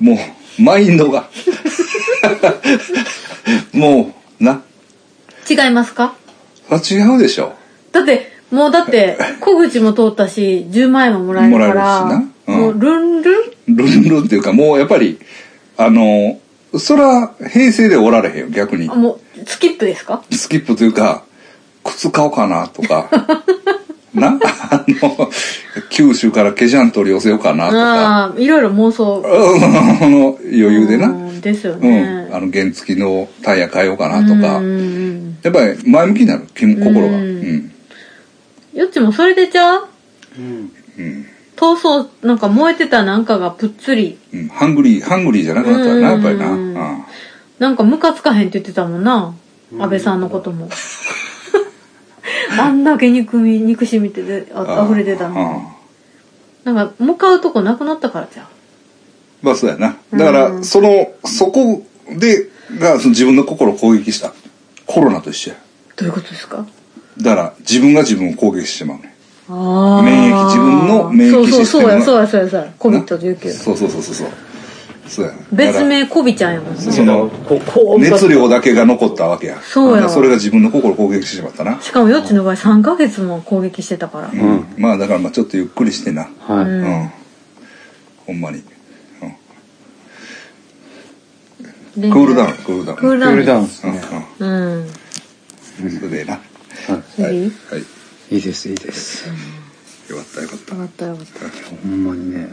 Speaker 3: もう、マインドが。 もう、な、
Speaker 2: 違いますか
Speaker 3: あ違うでしょ。
Speaker 2: だって、もうだ って、小口も通ったし、10万円ももらえるから、
Speaker 3: もらえるしなうん
Speaker 2: もうルンルン
Speaker 3: ルンルンっていうか、もうやっぱり、あの、そら、平成でおられへんよ、逆に
Speaker 2: あ、。もう、スキップですか
Speaker 3: スキップというか、靴買おうかなと か、な、あの、九州からケジャン取り寄せようかなとか、
Speaker 2: ああ、いろいろ妄想。
Speaker 3: うんあの余裕でな、うん、
Speaker 2: うんですよね。
Speaker 3: あの、原付きのタイヤ買えようかなとか、
Speaker 2: うんうんうん
Speaker 3: やっぱり前向きになる、気も心が。う
Speaker 2: うん
Speaker 3: ん。
Speaker 2: よっちもそれでじゃあ、
Speaker 1: うん。
Speaker 3: うん。
Speaker 2: 闘争、なんか燃えてたなんかがぷっつり、
Speaker 3: うんハングリー、ハングリーじゃなくなったよな、やっぱりな。
Speaker 2: う
Speaker 3: うんん。
Speaker 2: なんかムカつかへんって言ってたもんな。安倍さんのことも。 あんだけ憎み、憎しみってであ溢れてたのに。
Speaker 3: うん
Speaker 2: なんか、向かうとこなくなったからじゃん。
Speaker 3: まあそうやな。だか
Speaker 2: う
Speaker 3: ら、
Speaker 2: ん
Speaker 3: その、そこで、が、その自分の心を攻撃した。コロナと一緒や。
Speaker 2: どういうことですか
Speaker 3: だから、自分が自分を攻撃してしまうね。
Speaker 2: あー
Speaker 3: 免疫自分の免疫システム
Speaker 2: そう
Speaker 3: の
Speaker 2: そうそうやそうやそうやそうや
Speaker 3: な
Speaker 2: COVID-19
Speaker 3: そうそうそうそうそう。そうやな。
Speaker 2: 別名コビちゃんやもんね
Speaker 3: その
Speaker 1: ここ
Speaker 3: だから。熱量だけが残ったわけや。
Speaker 2: そうや
Speaker 3: だからそれが自分の心を攻撃してしまったな。
Speaker 2: しかもよっちの場合3ヶ月も攻撃してたから
Speaker 3: うん。まあだから、まあちょっとゆっくりしてな。
Speaker 1: はい。
Speaker 3: うんん。ほんまに。うん
Speaker 2: ク
Speaker 3: クールダウン、クールダウン。
Speaker 2: クール
Speaker 1: ク
Speaker 2: ダウン
Speaker 1: ールダウンです
Speaker 3: うんう
Speaker 1: ね
Speaker 3: ん。。
Speaker 2: うん
Speaker 3: それでな。
Speaker 1: はい
Speaker 3: はい。はい
Speaker 2: 次。
Speaker 1: いいです、いいです。
Speaker 3: よかった、よかった
Speaker 2: よ。かったよかった
Speaker 1: ほんまにね。